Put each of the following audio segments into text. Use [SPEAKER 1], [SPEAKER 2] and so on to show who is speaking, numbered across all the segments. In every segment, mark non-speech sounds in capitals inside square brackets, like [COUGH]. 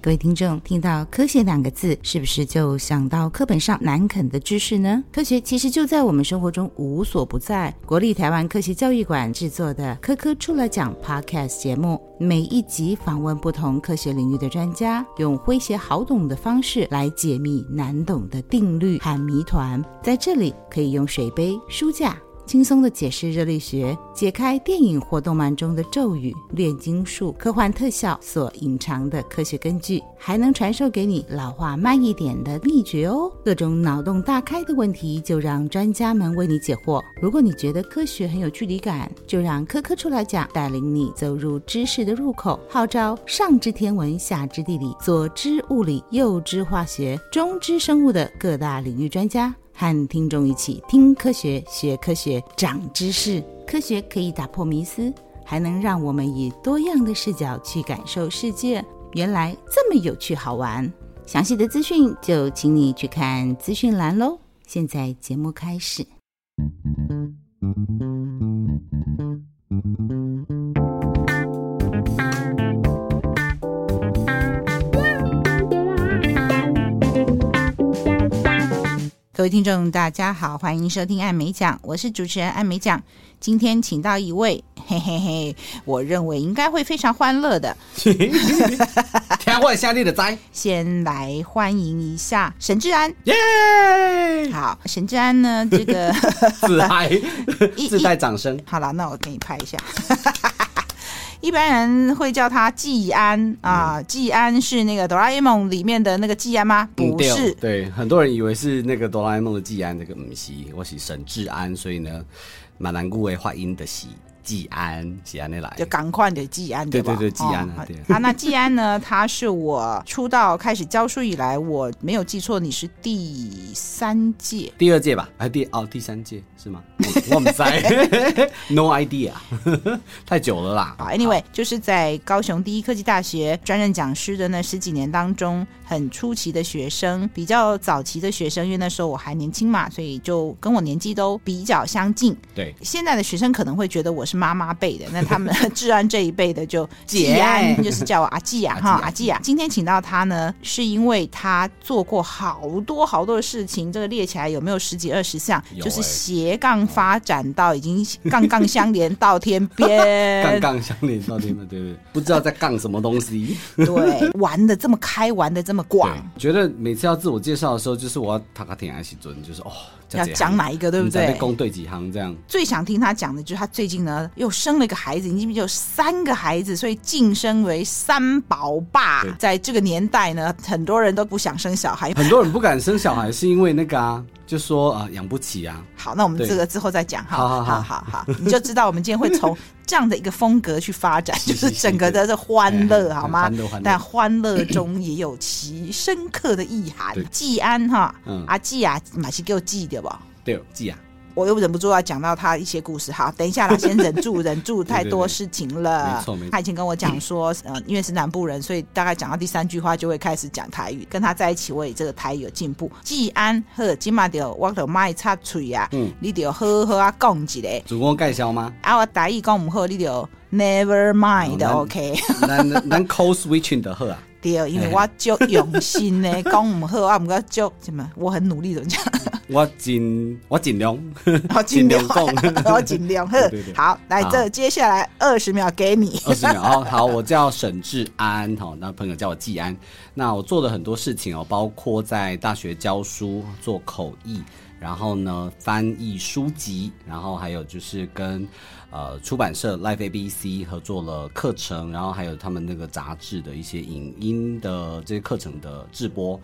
[SPEAKER 1] 各位听众听到科学两个字，是不是就想到课本上难啃的知识呢？科学其实就在我们生活中无所不在。国立台湾科学教育馆制作的《科科出了奖》Podcast 节目，每一集访问不同科学领域的专家，用诙谐好懂的方式来解密难懂的定律和谜团。在这里，可以用水杯、书架。轻松的解释热力学，解开电影或动漫中的咒语、炼金术、科幻特效所隐藏的科学根据，还能传授给你老化慢一点的秘诀哦。各种脑洞大开的问题，就让专家们为你解惑。如果你觉得科学很有距离感，就让科科出来讲，带领你走入知识的入口，号召上知天文，下知地理，左知物理，右知化学，中知生物的各大领域专家。和听众一起听科学、学科学、长知识。科学可以打破迷思，还能让我们以多样的视角去感受世界。原来这么有趣好玩！详细的资讯就请你去看资讯栏喽。现在节目开始。各位听众，大家好，欢迎收听艾美奖，我是主持人艾美奖。今天请到一位，嘿嘿嘿，我认为应该会非常欢乐的。
[SPEAKER 2] 天外下地的灾，
[SPEAKER 1] 先来欢迎一下沈志安。
[SPEAKER 2] 耶！
[SPEAKER 1] 好，沈志安呢，这个
[SPEAKER 2] [LAUGHS] 自嗨
[SPEAKER 1] 一，
[SPEAKER 2] 自带掌声。
[SPEAKER 1] 好了，那我给你拍一下。 [LAUGHS] 一般人会叫他季安啊，季安是那个哆啦 A 梦里面的那个季安吗？
[SPEAKER 2] 嗯
[SPEAKER 1] 不是，
[SPEAKER 2] 对，对很多人以为是那个哆啦 A 梦的季安，这个嗯是，我是沈志安，所以呢，马兰固为发音的是季安，季安的来
[SPEAKER 1] 就。赶快的季安，
[SPEAKER 2] 对
[SPEAKER 1] 吧？
[SPEAKER 2] 对对季安啊
[SPEAKER 1] 哦
[SPEAKER 2] 对
[SPEAKER 1] 啊，那季安呢？他是我出道开始教书以来，我没有记错，你是第三届。
[SPEAKER 2] 第二届吧，还第哦第三届是吗？我我们在
[SPEAKER 1] [LAUGHS]
[SPEAKER 2] ，no idea，太久了啦。
[SPEAKER 1] 好，Anyway，就是在高雄第一科技大学专任讲师的那十几年当中，很出奇的学生，比较早期的学生，因为那时候我还年轻嘛，所以就跟我年纪都比较相近。
[SPEAKER 2] 对，
[SPEAKER 1] 现在的学生可能会觉得我是妈妈辈的，那他们 [LAUGHS] 治安这一辈的就季
[SPEAKER 2] 姐
[SPEAKER 1] 安，就是叫我阿季啊
[SPEAKER 2] 阿季
[SPEAKER 1] 哈
[SPEAKER 2] 啊
[SPEAKER 1] 阿季啊。今天请到他呢，是因为他做过好多好多的事情，这个列起来有没有十几二十项？
[SPEAKER 2] 有
[SPEAKER 1] 就是
[SPEAKER 2] 欸嗯
[SPEAKER 1] 斜杠发展到已经 [LAUGHS] 杠杠相连到天
[SPEAKER 2] [LAUGHS]
[SPEAKER 1] 边，
[SPEAKER 2] 杠杠相连到天们，对不对？不知道在杠什么东西。
[SPEAKER 1] 对，玩的这么开，玩的这么广，
[SPEAKER 2] 对，觉得每次要自我介绍的时候，就是我要塔卡挺爱起尊，就是哦，
[SPEAKER 1] 要讲哪一个，对不
[SPEAKER 2] 嗯在
[SPEAKER 1] 对？
[SPEAKER 2] 攻对几行这样。
[SPEAKER 1] 最想听他讲的就是他最近呢又生了一个孩子，你记不记得有三个孩子，所以晋升为三宝爸
[SPEAKER 2] 对。
[SPEAKER 1] 在这个年代呢，很多人都不想生小孩。
[SPEAKER 2] 很多人不敢生小孩是因为那个啊，就说啊养不起啊，
[SPEAKER 1] 好，那我们
[SPEAKER 2] 对
[SPEAKER 1] 这个之后再讲哈。
[SPEAKER 2] 好好
[SPEAKER 1] 好
[SPEAKER 2] 好
[SPEAKER 1] 好好，你就知道我们今天会从这样的一个风格去发 [LAUGHS] 展，
[SPEAKER 2] 是
[SPEAKER 1] 就是是整个的这欢
[SPEAKER 2] 哎
[SPEAKER 1] 乐
[SPEAKER 2] 哎
[SPEAKER 1] 好吗
[SPEAKER 2] 欢乐欢？乐
[SPEAKER 1] 但欢乐中也有其深刻的意涵
[SPEAKER 2] 对。
[SPEAKER 1] 季安哈
[SPEAKER 2] 嗯，
[SPEAKER 1] 阿季啊，马西给我记对吧？
[SPEAKER 2] 对，记啊，
[SPEAKER 1] 我又忍不住要讲到他一些故事。好，等一下啦，先忍
[SPEAKER 2] [LAUGHS]
[SPEAKER 1] 住，忍住，太多事情了。
[SPEAKER 2] 没错没错
[SPEAKER 1] 他以前跟我讲说， [CLEARS THROAT] 呃，因为是南部人，所以大概讲到第三句话就会开始讲台语。跟他在一起，我也这个台语有进步。既安呵，今嘛就我就卖插嘴啊，
[SPEAKER 2] 嗯
[SPEAKER 1] 你就好好啊讲一下。
[SPEAKER 2] 主公盖销吗？ [LAUGHS]
[SPEAKER 1] 啊，我台语讲唔好，你就 never
[SPEAKER 2] 哦
[SPEAKER 1] mind、
[SPEAKER 2] 那
[SPEAKER 1] OK。 [LAUGHS]
[SPEAKER 2] 咱咱 call switching 的喝啊，
[SPEAKER 1] 对，因为我足用心
[SPEAKER 2] [LAUGHS]
[SPEAKER 1] 呢，讲唔好啊，唔过足什么，我很努力怎么讲？
[SPEAKER 2] 我尽我尽量，
[SPEAKER 1] [LAUGHS] 我尽量
[SPEAKER 2] 尽量，
[SPEAKER 1] [LAUGHS]
[SPEAKER 2] 讲
[SPEAKER 1] 我尽量。呵
[SPEAKER 2] 对对对
[SPEAKER 1] 好，来
[SPEAKER 2] 好
[SPEAKER 1] 这接下来二十秒给你。
[SPEAKER 2] 二十秒 [LAUGHS] 哦。好，我叫沈志安，好，那朋友叫我季安。那我做了很多事情哦，包括在大学教书、做口译，然后呢翻译书籍，然后还有就是跟呃出版社 Life ABC 合作了课程，然后还有他们那个杂志的一些影音的这些课程的直播，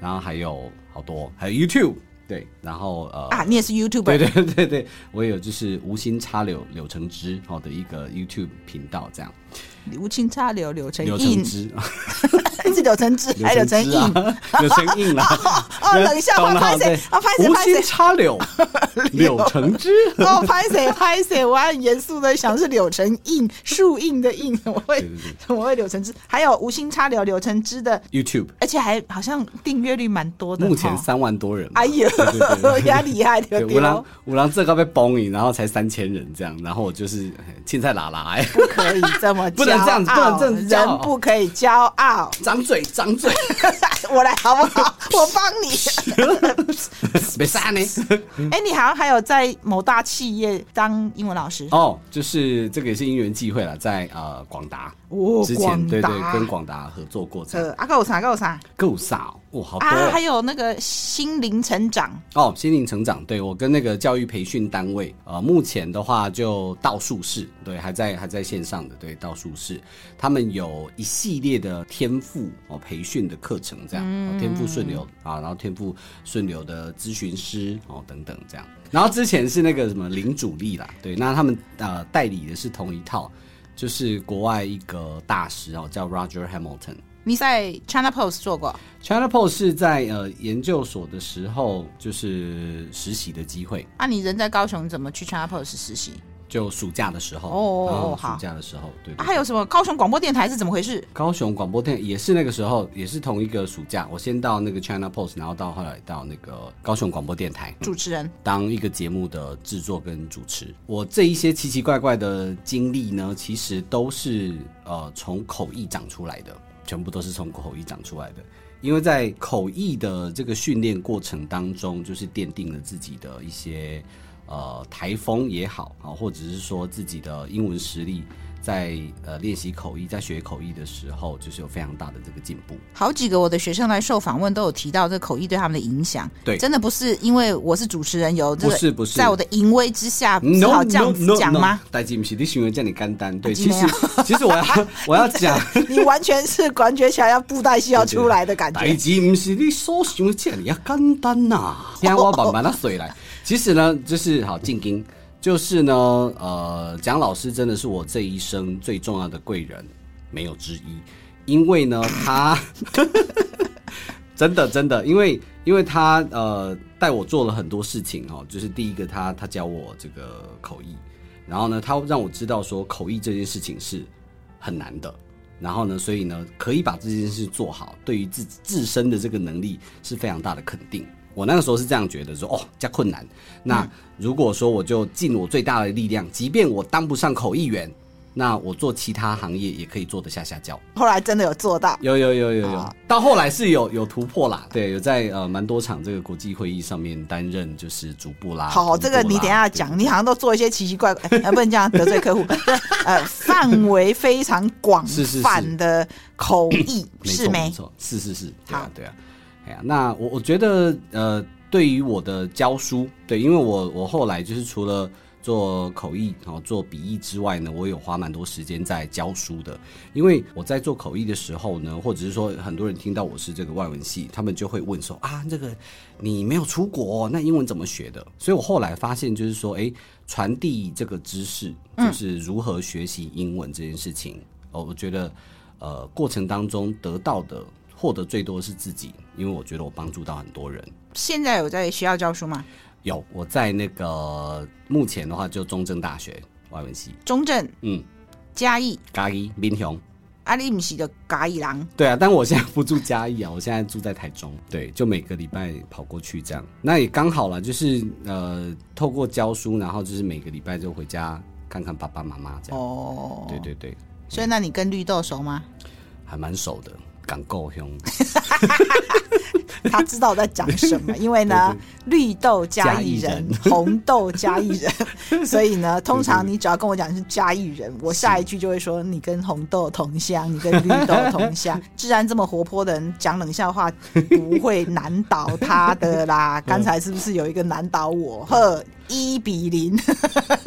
[SPEAKER 2] 然后还有好多，还有 YouTube。对，然后呃 [LAUGHS]
[SPEAKER 1] 啊，你也是 YouTuber，
[SPEAKER 2] 对对对对，我也有就是无心插柳柳橙汁好的一个 YouTube 频道，这样
[SPEAKER 1] 无情插柳柳成
[SPEAKER 2] 柳橙
[SPEAKER 1] 荫，
[SPEAKER 2] 汁，啊
[SPEAKER 1] 是柳成枝 [LAUGHS] 还是柳成
[SPEAKER 2] 汁
[SPEAKER 1] 荫？
[SPEAKER 2] [LAUGHS] 啊，柳橙印啦。
[SPEAKER 1] [LAUGHS] 哦，等一下，
[SPEAKER 2] 懂 [LAUGHS]
[SPEAKER 1] 我
[SPEAKER 2] 了
[SPEAKER 1] 拍谁
[SPEAKER 2] 对？
[SPEAKER 1] 啊，拍谁？
[SPEAKER 2] 无
[SPEAKER 1] 拍 [LAUGHS]
[SPEAKER 2] 心
[SPEAKER 1] 谁？
[SPEAKER 2] 插柳，柳
[SPEAKER 1] [LAUGHS]
[SPEAKER 2] 橙汁，
[SPEAKER 1] 哦，拍谁拍谁，我还很严肃的想是柳橙印树印的印，我会
[SPEAKER 2] 对对
[SPEAKER 1] 我会柳橙汁，还有无心插柳柳橙汁的，
[SPEAKER 2] 对，YouTube
[SPEAKER 1] 而且还好像订阅率蛮多的。
[SPEAKER 2] 目前
[SPEAKER 1] 哈
[SPEAKER 2] 三万多人嘛，
[SPEAKER 1] 哎哦呦
[SPEAKER 2] 对对对，
[SPEAKER 1] 压力害
[SPEAKER 2] 对
[SPEAKER 1] 的
[SPEAKER 2] 五郎
[SPEAKER 1] 丢，
[SPEAKER 2] 五郎这个被崩赢，然后才三千人这样，然后我就是哎青菜喇喇哎，
[SPEAKER 1] 不可以这么
[SPEAKER 2] [LAUGHS] 不能这样子
[SPEAKER 1] 骄
[SPEAKER 2] 不
[SPEAKER 1] 傲
[SPEAKER 2] 能这样子骄傲
[SPEAKER 1] 人不可以骄傲。
[SPEAKER 2] [LAUGHS]
[SPEAKER 1] [LAUGHS]
[SPEAKER 2] 张嘴张嘴，
[SPEAKER 1] 我来好不好？我帮你。 [LAUGHS]
[SPEAKER 2] 没啊杀呢。
[SPEAKER 1] 哎、你好像还有在某大企业当英文老师
[SPEAKER 2] 哦，就是这个也是因缘际会了，在呃广达
[SPEAKER 1] 哦
[SPEAKER 2] 之前对
[SPEAKER 1] 广
[SPEAKER 2] 对
[SPEAKER 1] 达
[SPEAKER 2] 跟广达合作过这样，
[SPEAKER 1] 呃，啊，够啥够啥
[SPEAKER 2] 够傻哦，哇好多
[SPEAKER 1] 啊？还
[SPEAKER 2] 哦
[SPEAKER 1] 有那个心灵成长，
[SPEAKER 2] 哦，心灵成长，对我跟那个教育培训单位，呃，目前的话就道术士，对，还在还在线上的，对，道术士，他们有一系列的天赋哦培训的课程，这样、哦天赋顺流啊，然后天赋顺流的咨询师哦等等这样，然后之前是那个什么零主力啦，对，那他们呃代理的是同一套，就是国外一个大师哦叫 Roger Hamilton，
[SPEAKER 1] 你在 China Post 做过
[SPEAKER 2] China Post 是在呃研究所的时候，就是实习的机会，
[SPEAKER 1] 啊？你人在高雄，怎么去 China Post 实习？
[SPEAKER 2] 就暑假的时候
[SPEAKER 1] 哦
[SPEAKER 2] 然后
[SPEAKER 1] 好
[SPEAKER 2] 暑假的时候，对
[SPEAKER 1] 啊、
[SPEAKER 2] 对
[SPEAKER 1] 还有什么高雄广播电台是怎么回事？
[SPEAKER 2] 高雄广播电也是那个时候，也是同一个暑假，我先到那个 China Post，然后到后来到那个高雄广播电台
[SPEAKER 1] 主持人
[SPEAKER 2] 当一个节目的制作跟主持。我这一些奇奇怪怪的经历呢，其实都是呃从口译长出来的，全部都是从口译长出来的。因为在口译的这个训练过程当中，就是奠定了自己的一些呃台风也好啊，或者是说自己的英文实力在，呃练习口译，在学口译的时候，就是有非常大的这个进步。
[SPEAKER 1] 好几个我的学生来受访问，都有提到这口译对他们的影响。
[SPEAKER 2] 对
[SPEAKER 1] 真的不是因为我是主持人有这个，
[SPEAKER 2] 不是不是
[SPEAKER 1] 在我的淫威之下，只
[SPEAKER 2] No
[SPEAKER 1] 好这样子讲吗？？
[SPEAKER 2] 但是不是你行为叫你干单？对，
[SPEAKER 1] 啊
[SPEAKER 2] 其实
[SPEAKER 1] 真
[SPEAKER 2] 其实我要 [LAUGHS] 我要讲，
[SPEAKER 1] 你完全是 [LAUGHS] 感觉起来要布袋戏要出来的感
[SPEAKER 2] 代
[SPEAKER 1] 觉。
[SPEAKER 2] 志不是你所想的这样简单呐、
[SPEAKER 1] [LAUGHS]
[SPEAKER 2] 听我慢慢的水来。其实呢，就是好进京，就是呢，呃，蒋老师真的是我这一生最重要的贵人，没有之一。因为呢，他 [LAUGHS] 真的真的，因为因为他呃带我做了很多事情哦，就是第一个他他教我这个口译，然后呢，他让我知道说口译这件事情是很难的。然后呢，所以呢，可以把这件事做好，对于自己自身的这个能力是非常大的肯定。我那个时候是这样觉得，说哦，加困难。
[SPEAKER 1] 嗯
[SPEAKER 2] 那如果说我就尽我最大的力量，即便我当不上口译员，那我做其他行业也可以做得下下教。
[SPEAKER 1] 后来真的有做到，
[SPEAKER 2] 有有有有有，
[SPEAKER 1] 啊
[SPEAKER 2] 到后来是有有突破啦，对，有在呃蛮多场这个国际会议上面担任就是主部啦。
[SPEAKER 1] 好，
[SPEAKER 2] 同步
[SPEAKER 1] 这个你
[SPEAKER 2] 啊啦
[SPEAKER 1] 等一下讲，你好像都做一些奇奇怪怪， [LAUGHS] 呃，不能这样得罪客户。 [LAUGHS] 对，呃，范围非常广
[SPEAKER 2] 是是是
[SPEAKER 1] 泛的口译
[SPEAKER 2] [COUGHS] 没
[SPEAKER 1] 是
[SPEAKER 2] 错没
[SPEAKER 1] 没？
[SPEAKER 2] 错，是是是，对
[SPEAKER 1] 好
[SPEAKER 2] 啊对啊，哎呀，那我我觉得呃，对于我的教书，对，因为我我后来就是除了。做口译，然后做笔译之外呢，我有花蛮多时间在教书的。因为我在做口译的时候呢，或者是说很多人听到我是这个外文系，他们就会问说啊，这个你没有出国、那英文怎么学的？所以我后来发现就是说，哎，传递这个知识，就是如何学习英文这件事情，哦，我觉得呃过程当中得到的获得最多的是自己，因为我觉得我帮助到很多人。
[SPEAKER 1] 现在有在学校教书吗？
[SPEAKER 2] 有我在那个目前的话就中正大学外文系，
[SPEAKER 1] 中正、
[SPEAKER 2] 嗯，
[SPEAKER 1] 嘉义、
[SPEAKER 2] 嘉义、民雄，
[SPEAKER 1] 阿里姆西的嘎伊郎，
[SPEAKER 2] 对啊，但我现在不住嘉义啊，我现在住在台中，对，就每个礼拜跑过去这样，那也刚好啦，就是呃透过教书，然后就是每个礼拜就回家看看爸爸妈妈这样，
[SPEAKER 1] 哦，
[SPEAKER 2] 对。对对，
[SPEAKER 1] 所以，那你跟绿豆熟吗？
[SPEAKER 2] 还蛮熟的，港够凶，
[SPEAKER 1] 他知道我在讲什 [LAUGHS] 么，因为呢，绿豆嘉义人， [LAUGHS] 红豆嘉义人， [LAUGHS] 所以呢，通常你只要跟我讲是嘉义人，我下一句就会说你跟红豆同乡，你跟绿豆同乡。 [LAUGHS] 既然这么活泼的人讲冷笑话，不会难倒他的 [LAUGHS] 啦。刚才是不是有一个难倒我？呵，一比 [LAUGHS] 零。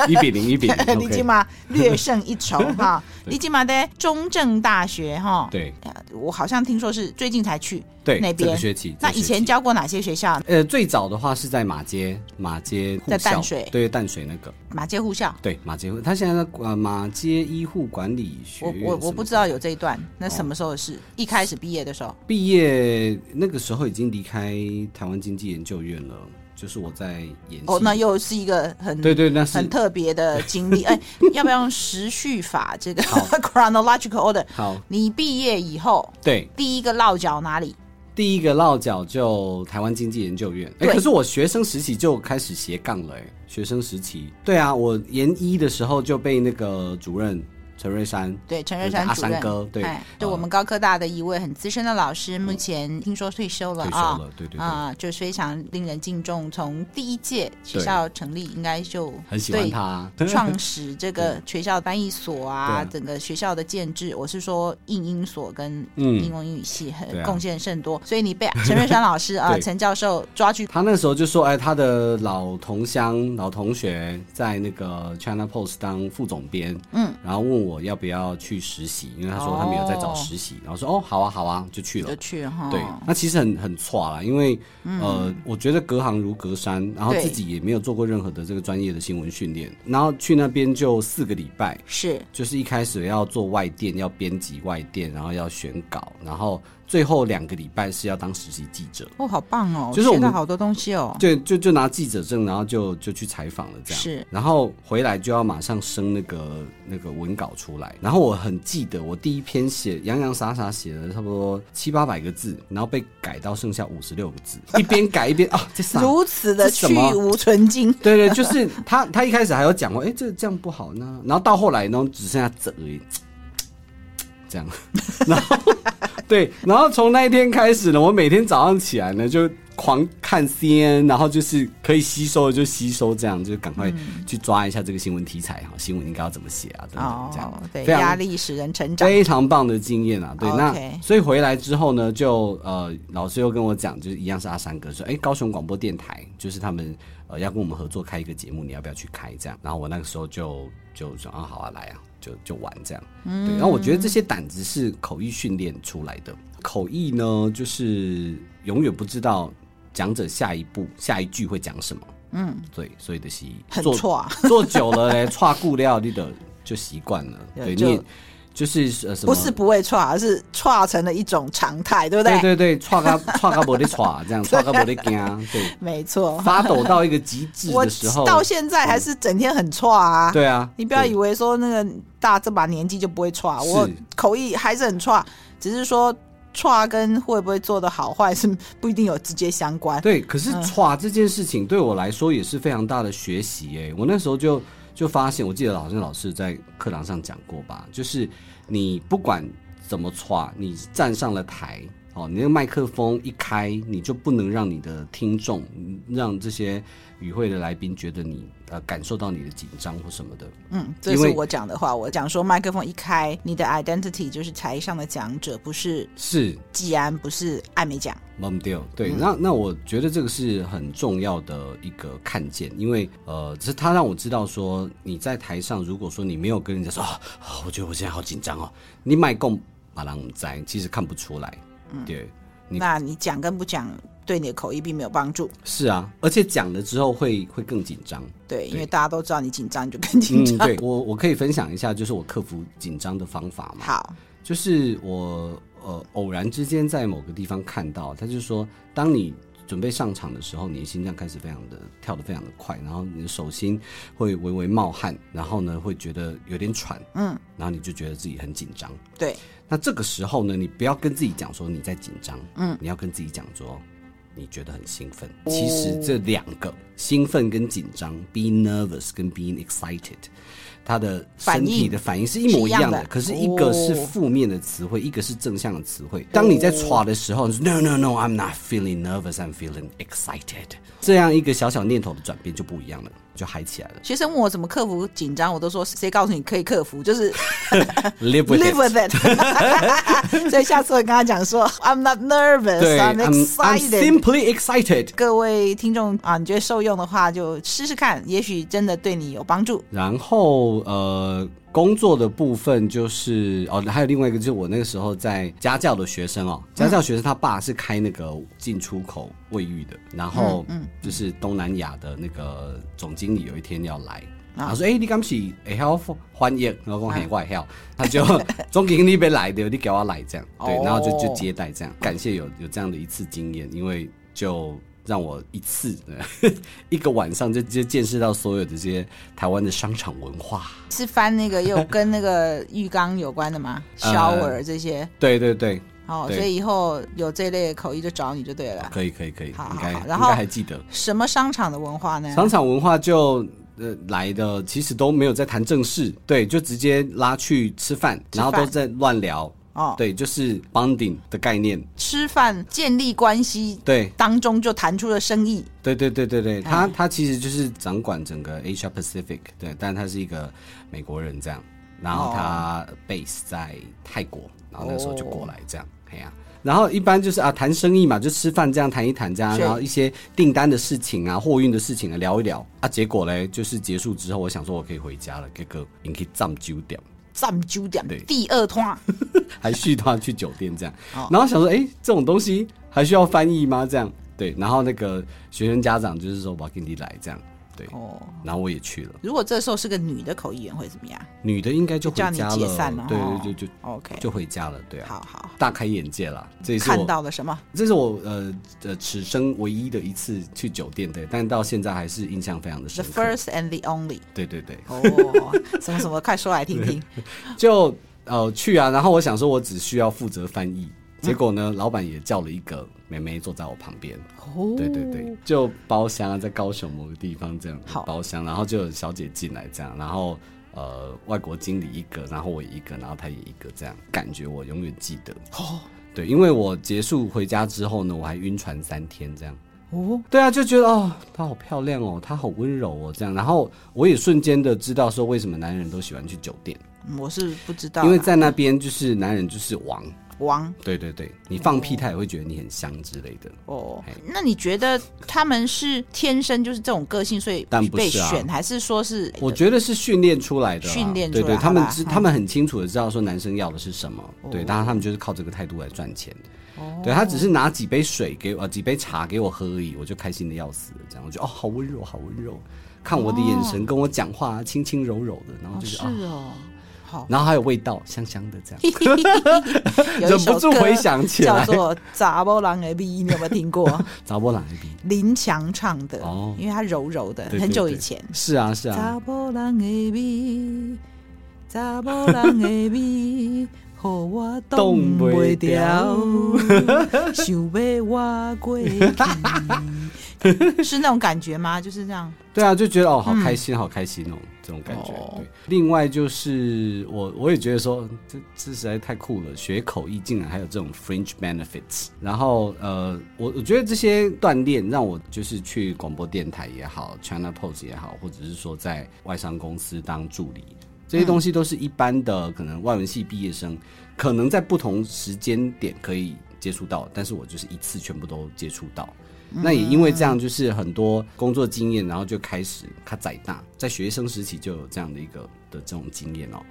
[SPEAKER 2] 一比零
[SPEAKER 1] [LAUGHS]
[SPEAKER 2] 一比零
[SPEAKER 1] 你起
[SPEAKER 2] ，OK，
[SPEAKER 1] 码略胜一 [LAUGHS] 筹哈。你起码在中正大学哈，
[SPEAKER 2] 对
[SPEAKER 1] 呃，我好像听说是最近才去
[SPEAKER 2] 对，
[SPEAKER 1] 那
[SPEAKER 2] 这
[SPEAKER 1] 边
[SPEAKER 2] 个。学期，
[SPEAKER 1] 那
[SPEAKER 2] 这个
[SPEAKER 1] 以
[SPEAKER 2] 学期
[SPEAKER 1] 前教过哪些学校？
[SPEAKER 2] 呃，最早的话是在马街，马街护
[SPEAKER 1] 在
[SPEAKER 2] 校
[SPEAKER 1] 淡水
[SPEAKER 2] 对淡水那个，
[SPEAKER 1] 马街护校，
[SPEAKER 2] 对马街护，他现在在呃马街医护管理学
[SPEAKER 1] 我
[SPEAKER 2] 院
[SPEAKER 1] 我
[SPEAKER 2] 什
[SPEAKER 1] 我
[SPEAKER 2] 么
[SPEAKER 1] 不知
[SPEAKER 2] 的哦
[SPEAKER 1] 道有这一段，那什么时候的事？一开始毕业的时候，
[SPEAKER 2] 毕业那个时候已经离开台湾经济研究院了，就是我在演戏。
[SPEAKER 1] 哦，那又是一个很
[SPEAKER 2] 对对，那是
[SPEAKER 1] 很特别的经历。哎，要不要用时序法这个
[SPEAKER 2] 好
[SPEAKER 1] [LAUGHS] chronological order？
[SPEAKER 2] 好
[SPEAKER 1] 你毕业以后
[SPEAKER 2] 对。
[SPEAKER 1] 第一个落脚哪里？
[SPEAKER 2] 第一个落脚就台湾经济研究院，哎、
[SPEAKER 1] 对
[SPEAKER 2] 可是我学生时期就开始斜杠了、哎，学生时期，对啊，我研一的时候就被那个主任陈瑞山，
[SPEAKER 1] 对，陈瑞
[SPEAKER 2] 就是
[SPEAKER 1] 山
[SPEAKER 2] 阿
[SPEAKER 1] 主任
[SPEAKER 2] 山。哥，对，
[SPEAKER 1] 哎，对
[SPEAKER 2] 呃
[SPEAKER 1] 我们高科大的一位很资深的老师，目前听说退休了
[SPEAKER 2] 退休
[SPEAKER 1] 啊。
[SPEAKER 2] 了，对对对，
[SPEAKER 1] 啊、就是非常令人敬重。从第一届学
[SPEAKER 2] 对
[SPEAKER 1] 校成立，应该就
[SPEAKER 2] 很喜欢
[SPEAKER 1] 对
[SPEAKER 2] 他、啊，
[SPEAKER 1] 创始这个学校翻译所啊，
[SPEAKER 2] 对啊
[SPEAKER 1] 整个学校的建制，我是说应英所跟
[SPEAKER 2] 嗯
[SPEAKER 1] 应用英语系很、
[SPEAKER 2] 对啊
[SPEAKER 1] 贡献甚多。所以你被 [LAUGHS] 陈瑞山老师啊、
[SPEAKER 2] 对
[SPEAKER 1] 陈教授抓去，
[SPEAKER 2] 他那时候就说，哎，他的老同乡、老同学在那个 China Post 当副总编，
[SPEAKER 1] 嗯，
[SPEAKER 2] 然后问我要不要去实习，因为他说
[SPEAKER 1] 哦
[SPEAKER 2] 他没有在找实习，然后说哦，好啊，好啊，就去了
[SPEAKER 1] 就。哦去哈。
[SPEAKER 2] 对，那其实很很错啦，因为、呃，我觉得隔行如隔山，然后
[SPEAKER 1] 对
[SPEAKER 2] 自己也没有做过任何的这个专业的新闻训练，然后去那边就四个礼拜，
[SPEAKER 1] 是
[SPEAKER 2] 就是一开始要做外电，要编辑外电，然后要选稿，然后最后两个礼拜是要当实习记者。
[SPEAKER 1] 哦，好棒哦，
[SPEAKER 2] 就是我
[SPEAKER 1] 学
[SPEAKER 2] 们
[SPEAKER 1] 到好多东西哦。
[SPEAKER 2] 就就就拿记者证，然后就就去采访了，这样
[SPEAKER 1] 是
[SPEAKER 2] 然后回来就要马上生那个那个文稿出来。然后我很记得，我第一篇写洋洋洒洒写了差不多七八百个字，然后被改到剩下五十六个字，一边改一边啊，这啥？
[SPEAKER 1] 如此的
[SPEAKER 2] 这什
[SPEAKER 1] 去
[SPEAKER 2] 么
[SPEAKER 1] 无存精，
[SPEAKER 2] 对对，就是他，他一开始还有讲过，哎，这这样不好呢。然后到后来呢，只剩下这而已，这样。然后对，然后从那一天开始呢，我每天早上起来呢就狂看 CNN，然后就是可以吸收的就吸收，这样就赶快去抓一下这个新闻题材哈，新闻应该要怎么写啊，等等这样
[SPEAKER 1] 哦。，对，
[SPEAKER 2] 非常哎
[SPEAKER 1] 压力使人成长。
[SPEAKER 2] 非常棒的经验啊！对
[SPEAKER 1] OK
[SPEAKER 2] 那所以回来之后呢，就呃，老师又跟我讲，就是一样是阿三哥说，哎、高雄广播电台就是他们呃要跟我们合作开一个节目，你要不要去开？这样，然后我那个时候就就说啊，好啊，来啊，就就玩这样。
[SPEAKER 1] 嗯
[SPEAKER 2] 对，然后我觉得这些胆子是口译训练出来的。口译呢，就是永远不知道讲者下一步下一句会讲什么。嗯，对，所以的是
[SPEAKER 1] 很
[SPEAKER 2] 做
[SPEAKER 1] 错啊，
[SPEAKER 2] 做久了嘞，差固料你的就习
[SPEAKER 1] [LAUGHS]
[SPEAKER 2] 惯了，对，
[SPEAKER 1] 就
[SPEAKER 2] 你也就是呃什
[SPEAKER 1] 不
[SPEAKER 2] 么
[SPEAKER 1] 是不会错，而是错成了一种常态，对不
[SPEAKER 2] 对对对，差个差个不得差，这样差个不得惊，啊
[SPEAKER 1] [LAUGHS]
[SPEAKER 2] 对，
[SPEAKER 1] 没错，
[SPEAKER 2] 发抖到一个极致
[SPEAKER 1] 我
[SPEAKER 2] 的时候，
[SPEAKER 1] 到现在还是整天很错啊。
[SPEAKER 2] 对啊，
[SPEAKER 1] 你不要
[SPEAKER 2] 对
[SPEAKER 1] 以为说那个大这把年纪就不会错，
[SPEAKER 2] 是
[SPEAKER 1] 我口译还是很错，只是说错跟会不会做的好坏是不一定有直接相关。
[SPEAKER 2] 对，可是歘这件事情对我来说也是非常大的学习诶、我那时候就就发现，我记得老师老师在课堂上讲过吧，就是你不管怎么歘，你站上了台。哦，你那个麦克风一开，你就不能让你的听众，嗯让这些与会的来宾觉得你呃感受到你的紧张或什么的。
[SPEAKER 1] 嗯，这
[SPEAKER 2] 因
[SPEAKER 1] 是
[SPEAKER 2] 为
[SPEAKER 1] 我讲的话。我讲说麦克风一开，你的 identity 就是台上的讲者，不是
[SPEAKER 2] 是，
[SPEAKER 1] 季安，不是艾美奖。
[SPEAKER 2] 忘掉，
[SPEAKER 1] 嗯
[SPEAKER 2] 对，那那我觉得这个是很重要的一个看见，因为呃，只是他让我知道说你在台上，如果说你没有跟人家说啊、啊我觉得我现在好紧张哦，你卖供把人在，其实看不出来，
[SPEAKER 1] 嗯
[SPEAKER 2] 对，你
[SPEAKER 1] 那你讲跟不讲，对你的口译并没有帮助。
[SPEAKER 2] 是啊，而且讲了之后会会更紧张，
[SPEAKER 1] 对，因为
[SPEAKER 2] 对嗯
[SPEAKER 1] 大家都知道你紧张，你就更紧张。
[SPEAKER 2] 对我我可以分享一下，就是我克服紧张的方法嘛，
[SPEAKER 1] 好，
[SPEAKER 2] 就是我呃偶然之间在某个地方看到，他就说，当你准备上场的时候，你的心脏开始非常的跳得非常的快，然后你的手心会微微冒汗，然后呢会觉得有点喘，
[SPEAKER 1] 嗯，
[SPEAKER 2] 然后你就觉得自己很紧张。
[SPEAKER 1] 对，
[SPEAKER 2] 那这个时候呢，你不要跟自己讲说你在紧张，嗯，你要跟自己讲说。你觉得很兴奋，其实这两个兴奋跟紧张，being nervous 跟 being excited，它的身体的反应是一模一样的。
[SPEAKER 1] 是
[SPEAKER 2] 哦
[SPEAKER 1] 一样的
[SPEAKER 2] 可是一个是负面的词汇，一个是正向的词汇。当你在歘的时候，你说 No no no, I'm not feeling nervous, I'm feeling excited。这样一个小小念头的转变就不一样了，就嗨起来了。
[SPEAKER 1] 学生问我怎么克服紧张，我都说谁告诉你可以克服，就是
[SPEAKER 2] 呃 Live with
[SPEAKER 1] live
[SPEAKER 2] it。
[SPEAKER 1] with it。所以
[SPEAKER 2] [LAUGHS]
[SPEAKER 1] 下次我跟他讲说，I'm not nervous,
[SPEAKER 2] 对
[SPEAKER 1] I'm
[SPEAKER 2] ，I'm I'm
[SPEAKER 1] excited。
[SPEAKER 2] simply excited。
[SPEAKER 1] 各位听众啊，你觉得受用的话，就试试看，也许真的对你有帮助。
[SPEAKER 2] 然后呃，工作的部分就是哦，还有另外一个就是我那个时候在家教的学生哦，家教学生他爸是开那个进出口卫浴的，然后就是东南亚的那个总经理有一天要来。然后说：“哎、你敢是会晓翻译？”然后讲：“嘿，我会晓。”他就总经理别来的，你给我来这样。对，然后就就
[SPEAKER 1] 哦
[SPEAKER 2] 接待这样，感谢有有这样的一次经验，因为就让我一次 [LAUGHS] 一个晚上就就见识到所有的这些台湾的商场文化。
[SPEAKER 1] 是翻那个有跟那个浴缸有关的吗？shower 这些。
[SPEAKER 2] 对对对，
[SPEAKER 1] 哦，
[SPEAKER 2] 啊对
[SPEAKER 1] 所以以后有这类的口译就找你就对了。
[SPEAKER 2] 可以可以可以，
[SPEAKER 1] 好
[SPEAKER 2] 应
[SPEAKER 1] 好
[SPEAKER 2] 该
[SPEAKER 1] 好
[SPEAKER 2] 应
[SPEAKER 1] 然后
[SPEAKER 2] 该还记得。
[SPEAKER 1] 什么商场的文化呢？
[SPEAKER 2] 商场文化就呃来的，其实都没有在谈正事，对，就直接拉去吃饭，
[SPEAKER 1] 吃
[SPEAKER 2] 然后都
[SPEAKER 1] 饭
[SPEAKER 2] 在乱聊，
[SPEAKER 1] 哦，
[SPEAKER 2] 对，就是 bonding 的概念，
[SPEAKER 1] 吃饭建立关系
[SPEAKER 2] 对，
[SPEAKER 1] 当中就谈出了生意。
[SPEAKER 2] 对对对对对，他他其实就是掌管整个 Asia Pacific，对，但他是一个美国人这样，然后他 base 在泰国，然后那时候就过来这样，哎呀、然后一般就是啊谈生意嘛，就吃饭这样谈一谈这样，
[SPEAKER 1] 是
[SPEAKER 2] 然后一些订单的事情啊、货运的事情啊聊一聊啊，结果嘞就是结束之后，我想说我可以回家了，结果你可以站九点，
[SPEAKER 1] 占九点
[SPEAKER 2] 对
[SPEAKER 1] 第二啊趟，
[SPEAKER 2] 还续他去酒店这样
[SPEAKER 1] 哦，
[SPEAKER 2] 然后想说哎这种东西还需要翻译吗？这样对，然后那个学生家长就是说我要跟你来这样，对。
[SPEAKER 1] 哦，
[SPEAKER 2] 然后我也去了，
[SPEAKER 1] 如果这时候是个女的口译员会怎么样
[SPEAKER 2] 女的应该就回
[SPEAKER 1] 就
[SPEAKER 2] 家
[SPEAKER 1] 叫你解散了
[SPEAKER 2] 对
[SPEAKER 1] 哦
[SPEAKER 2] 对对，就
[SPEAKER 1] ？OK，
[SPEAKER 2] 就回家了，对啊，
[SPEAKER 1] 好好，
[SPEAKER 2] 大开眼界啦，这也是
[SPEAKER 1] 看
[SPEAKER 2] 我，
[SPEAKER 1] 到了什么？
[SPEAKER 2] 这是我呃呃此生唯一的一次去酒店，对，但到现在还是印象非常的
[SPEAKER 1] The
[SPEAKER 2] 深刻，
[SPEAKER 1] first and the only。
[SPEAKER 2] 对对对， [LAUGHS]
[SPEAKER 1] 哦，什么什么，快说来听听。
[SPEAKER 2] 就呃去啊，然后我想说我只需要负责翻译，
[SPEAKER 1] 嗯
[SPEAKER 2] 结果呢，老板也叫了一个妹妹坐在我旁边，
[SPEAKER 1] 哦，
[SPEAKER 2] 对对对，就包厢啊，在高雄某个地方这样
[SPEAKER 1] 好
[SPEAKER 2] 包厢，啊然后就有小姐进来这样，然后呃外国经理一个，然后我一个，然后他也一个这样，感觉我永远记得。
[SPEAKER 1] 哦
[SPEAKER 2] 对，因为我结束回家之后呢，我还晕船三天这样。
[SPEAKER 1] 哦，
[SPEAKER 2] 对啊，就觉得哦，她好漂亮哦，她好温柔哦，这样。然后我也瞬间的知道说，为什么男人都喜欢去酒店，
[SPEAKER 1] 嗯我是不知道啦，
[SPEAKER 2] 因为在那边就是男人就是王。
[SPEAKER 1] 王
[SPEAKER 2] 对对对，你放屁他也会觉得你很香之类的。
[SPEAKER 1] 哦
[SPEAKER 2] 嘿。
[SPEAKER 1] 那你觉得他们是天生就是这种个性，所以
[SPEAKER 2] 但不
[SPEAKER 1] 被
[SPEAKER 2] 是啊
[SPEAKER 1] 选，还是说是
[SPEAKER 2] 我觉得是训练出来的啦，
[SPEAKER 1] 训练出
[SPEAKER 2] 对
[SPEAKER 1] 来
[SPEAKER 2] 对，
[SPEAKER 1] 好
[SPEAKER 2] 他们
[SPEAKER 1] 吧哦
[SPEAKER 2] 知
[SPEAKER 1] 嗯
[SPEAKER 2] 他们很清楚的知道说男生要的是什么，对，然后他们就是靠这个态度来赚钱。
[SPEAKER 1] 哦
[SPEAKER 2] 对他只是拿几杯水给我，呃几杯茶给我喝而已，我就开心的要死了。这样，我就哦，好温柔，好温柔，看我的眼神，跟我讲话，啊轻轻柔柔的，然后
[SPEAKER 1] 哦
[SPEAKER 2] 就是
[SPEAKER 1] 是
[SPEAKER 2] 啊，
[SPEAKER 1] 哦，好，
[SPEAKER 2] 然后还有味道，香香的这
[SPEAKER 1] [LAUGHS]
[SPEAKER 2] 样。
[SPEAKER 1] 有一首
[SPEAKER 2] 忍不住
[SPEAKER 1] 歌
[SPEAKER 2] 回想起来
[SPEAKER 1] 叫做《杂波郎 A B》，你有没有听过？ [LAUGHS]
[SPEAKER 2] 杂波朗 A B，
[SPEAKER 1] 林强唱的，
[SPEAKER 2] 哦
[SPEAKER 1] 因为他柔柔的，
[SPEAKER 2] 对对
[SPEAKER 1] 很久以
[SPEAKER 2] 对
[SPEAKER 1] 前。
[SPEAKER 2] 是啊是啊，
[SPEAKER 1] 查甫人的美，查甫人的
[SPEAKER 2] [LAUGHS]
[SPEAKER 1] 美，互我挡袂牢，想要我过去，是那种感觉吗？就是这样。
[SPEAKER 2] 对啊，就觉得哦，好开心，好开心哦，这种感觉。
[SPEAKER 1] 哦
[SPEAKER 2] 对，另外就是我我也觉得说，这这实在太酷了，学口译竟然还有这种 fringe benefits。然后呃，我我觉得这些锻炼让我就是去广播电台也好，China Post 也好，或者是说在外商公司当助理。这些东西都是一般的，可能外文系毕业生，可能在不同时间点可以接触到，但是我就是一次全部都接触到。那也因为这样，就是很多工作经验，然后就开始他长大，在学生时期就有这样的一个的这种经验哦。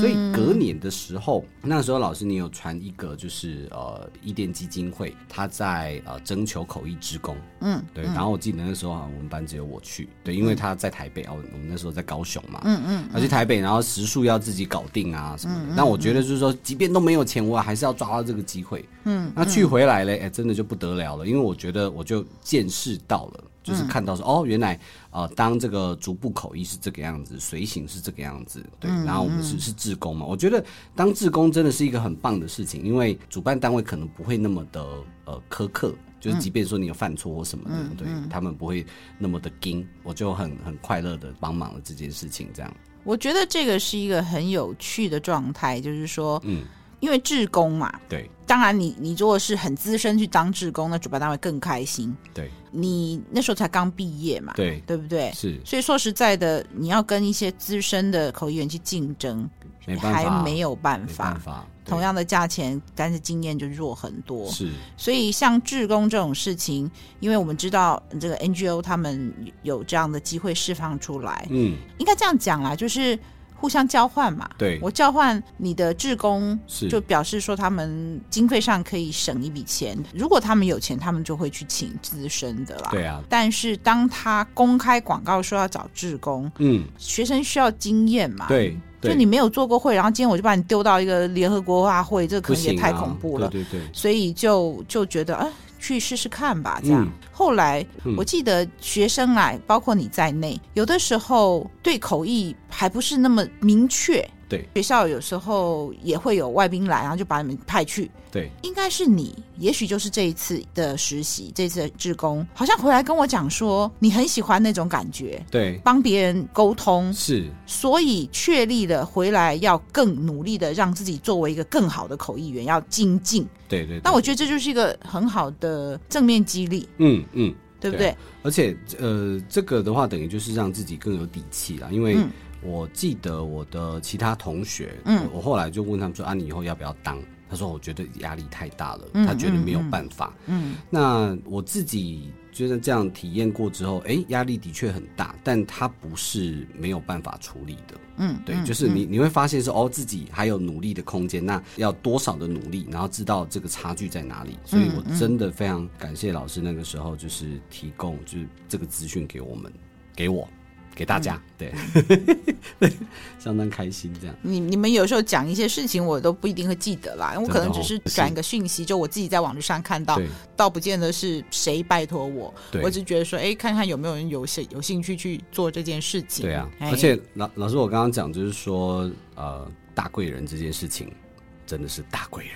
[SPEAKER 2] 所以隔年的时候，那时候老师你有传一个，就是呃，伊甸基金会他在呃征求口译职工，
[SPEAKER 1] 嗯，
[SPEAKER 2] 对。然后我记得那时候好像我们班只有我去，对，因为他在台北，哦，我们那时候在高雄嘛，嗯嗯，他去台北，然后时数要自己搞定啊什么的。那我觉得就是说，即便都没有钱，我还是要抓到这个机会，嗯。那去回来嘞，哎，真的就不得了了，因为我觉得我就见识到了。
[SPEAKER 1] 嗯
[SPEAKER 2] 就是看到说、哦，原来呃，当这个逐步口译是这个样子，随行是这个样子，对。
[SPEAKER 1] 嗯
[SPEAKER 2] 然后我们是是志工嘛，我觉得当志工真的是一个很棒的事情，因为主办单位可能不会那么的呃苛刻，就是
[SPEAKER 1] 嗯
[SPEAKER 2] 即便说你有犯错或什么的，对、他们不会那么的盯，我就很很快乐的帮忙了这件事情，这样。
[SPEAKER 1] 我觉得这个是一个很有趣的状态，就是说，
[SPEAKER 2] 嗯，
[SPEAKER 1] 因为志工嘛，
[SPEAKER 2] 对
[SPEAKER 1] 当然你你如果是很资深去当志工，那主办单位更开心。
[SPEAKER 2] 对
[SPEAKER 1] 你那时候才刚毕业嘛，
[SPEAKER 2] 对，
[SPEAKER 1] 对不对？
[SPEAKER 2] 是
[SPEAKER 1] 所以说实在的，你要跟一些资深的口译员去竞争，
[SPEAKER 2] 没办法，
[SPEAKER 1] 还没有办
[SPEAKER 2] 没
[SPEAKER 1] 法
[SPEAKER 2] 办。法，对
[SPEAKER 1] 同样的价钱，但是经验就弱很多。
[SPEAKER 2] 是
[SPEAKER 1] 所以像志工这种事情，因为我们知道这个 NGO 他们有这样的机会释放出来，
[SPEAKER 2] 嗯
[SPEAKER 1] 应该这样讲啦，就是互相交换嘛。
[SPEAKER 2] 对
[SPEAKER 1] 我交换你的志工，
[SPEAKER 2] 是
[SPEAKER 1] 就表示说他们经费上可以省一笔钱。如果他们有钱，他们就会去请资深的啦。
[SPEAKER 2] 对啊，
[SPEAKER 1] 但是当他公开广告说要找志工，
[SPEAKER 2] 嗯
[SPEAKER 1] 学生需要经验嘛？。
[SPEAKER 2] 对对，
[SPEAKER 1] 就你没有做过会，然后今天我就把你丢到一个联合国大会，这
[SPEAKER 2] 不
[SPEAKER 1] 可能也
[SPEAKER 2] 行、啊、
[SPEAKER 1] 太恐怖了。
[SPEAKER 2] 对对对。
[SPEAKER 1] 所以就就觉得，啊，去试试看吧，这样。
[SPEAKER 2] 嗯
[SPEAKER 1] 后来我记得学生来，包括你在内，有的时候对口译还不是那么明确。
[SPEAKER 2] 对
[SPEAKER 1] 学校有时候也会有外宾来，然后就把你们派去。
[SPEAKER 2] 对，
[SPEAKER 1] 应该是你，也许就是这一次的实习，这次的志工，好像回来跟我讲说，你很喜欢那种感觉，
[SPEAKER 2] 对，
[SPEAKER 1] 帮别人沟通，
[SPEAKER 2] 是，
[SPEAKER 1] 所以确立了回来要更努力的让自己作为一个更好的口译员要精进。
[SPEAKER 2] 对对。
[SPEAKER 1] 那
[SPEAKER 2] 对
[SPEAKER 1] 我觉得这就是一个很好的正面激励，
[SPEAKER 2] 嗯嗯，
[SPEAKER 1] 对不
[SPEAKER 2] 对
[SPEAKER 1] 对？
[SPEAKER 2] 而且呃，这个的话等于就是让自己更有底气啦，因为
[SPEAKER 1] 嗯
[SPEAKER 2] 我记得我的其他同学，
[SPEAKER 1] 嗯
[SPEAKER 2] 我后来就问他们说啊，你以后要不要当？他说我觉得压力太大了，
[SPEAKER 1] 嗯
[SPEAKER 2] 他觉得没有
[SPEAKER 1] 嗯嗯
[SPEAKER 2] 办法。
[SPEAKER 1] 嗯
[SPEAKER 2] 那我自己就是这样体验过之后，哎、压力的确很大，但它不是没有办法处理的。
[SPEAKER 1] 嗯，
[SPEAKER 2] 对，
[SPEAKER 1] 嗯
[SPEAKER 2] 就是你你会发现说，哦，自己还有努力的空间，那要多少的努力，然后知道这个差距在哪里。所
[SPEAKER 1] 嗯
[SPEAKER 2] 以我真的非常感谢老师那个时候就是提供就是这个资讯给我们，给我，给大
[SPEAKER 1] 嗯
[SPEAKER 2] 家， [LAUGHS] 对，相当开心这样。
[SPEAKER 1] 你你们有时候讲一些事情，我都不一定会记得啦，我
[SPEAKER 2] 真的
[SPEAKER 1] 可能
[SPEAKER 2] 哦
[SPEAKER 1] 只是
[SPEAKER 2] 是
[SPEAKER 1] 转一个讯息，就我自己在网络上看到，
[SPEAKER 2] 对
[SPEAKER 1] 倒不见得是谁拜托我，
[SPEAKER 2] 对
[SPEAKER 1] 我只觉得说，哎，看看有没有人有兴有兴趣去做这件事情。
[SPEAKER 2] 对啊，
[SPEAKER 1] 哎
[SPEAKER 2] 而且老老师我刚刚讲就是说，呃，大贵人这件事情真的是大贵人，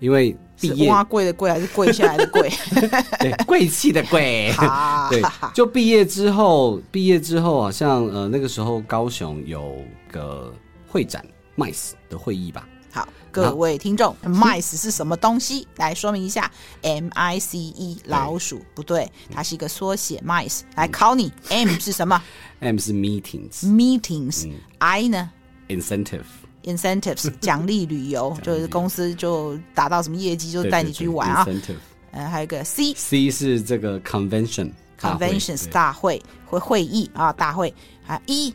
[SPEAKER 2] 因为毕
[SPEAKER 1] 是
[SPEAKER 2] 业
[SPEAKER 1] 挖贵的贵还是跪下来的跪？
[SPEAKER 2] 对贵气的贵。
[SPEAKER 1] 啊哈
[SPEAKER 2] [LAUGHS] 对，
[SPEAKER 1] [LAUGHS]
[SPEAKER 2] 就毕业之后，毕业之后好像呃那个时候高雄有个会展 MICE 的会议吧，
[SPEAKER 1] 好，各位听众，mice
[SPEAKER 2] 嗯
[SPEAKER 1] 是什么东西？来说明一下，M I C E 老鼠不对，它是一个缩写，mice。来考你，M
[SPEAKER 2] [LAUGHS]
[SPEAKER 1] 是什么
[SPEAKER 2] M 是 Meetings 嗯
[SPEAKER 1] ？Meetings，I 呢
[SPEAKER 2] Incentive， [LAUGHS]
[SPEAKER 1] ？Incentives 奖励旅游，就是公司就达到什么业绩就带你出去玩啊。
[SPEAKER 2] 对对对，incentive。
[SPEAKER 1] 呃，还有一个 C
[SPEAKER 2] C 是这个 Convention 大会
[SPEAKER 1] conventions
[SPEAKER 2] 对
[SPEAKER 1] 大会会会议啊大会啊 E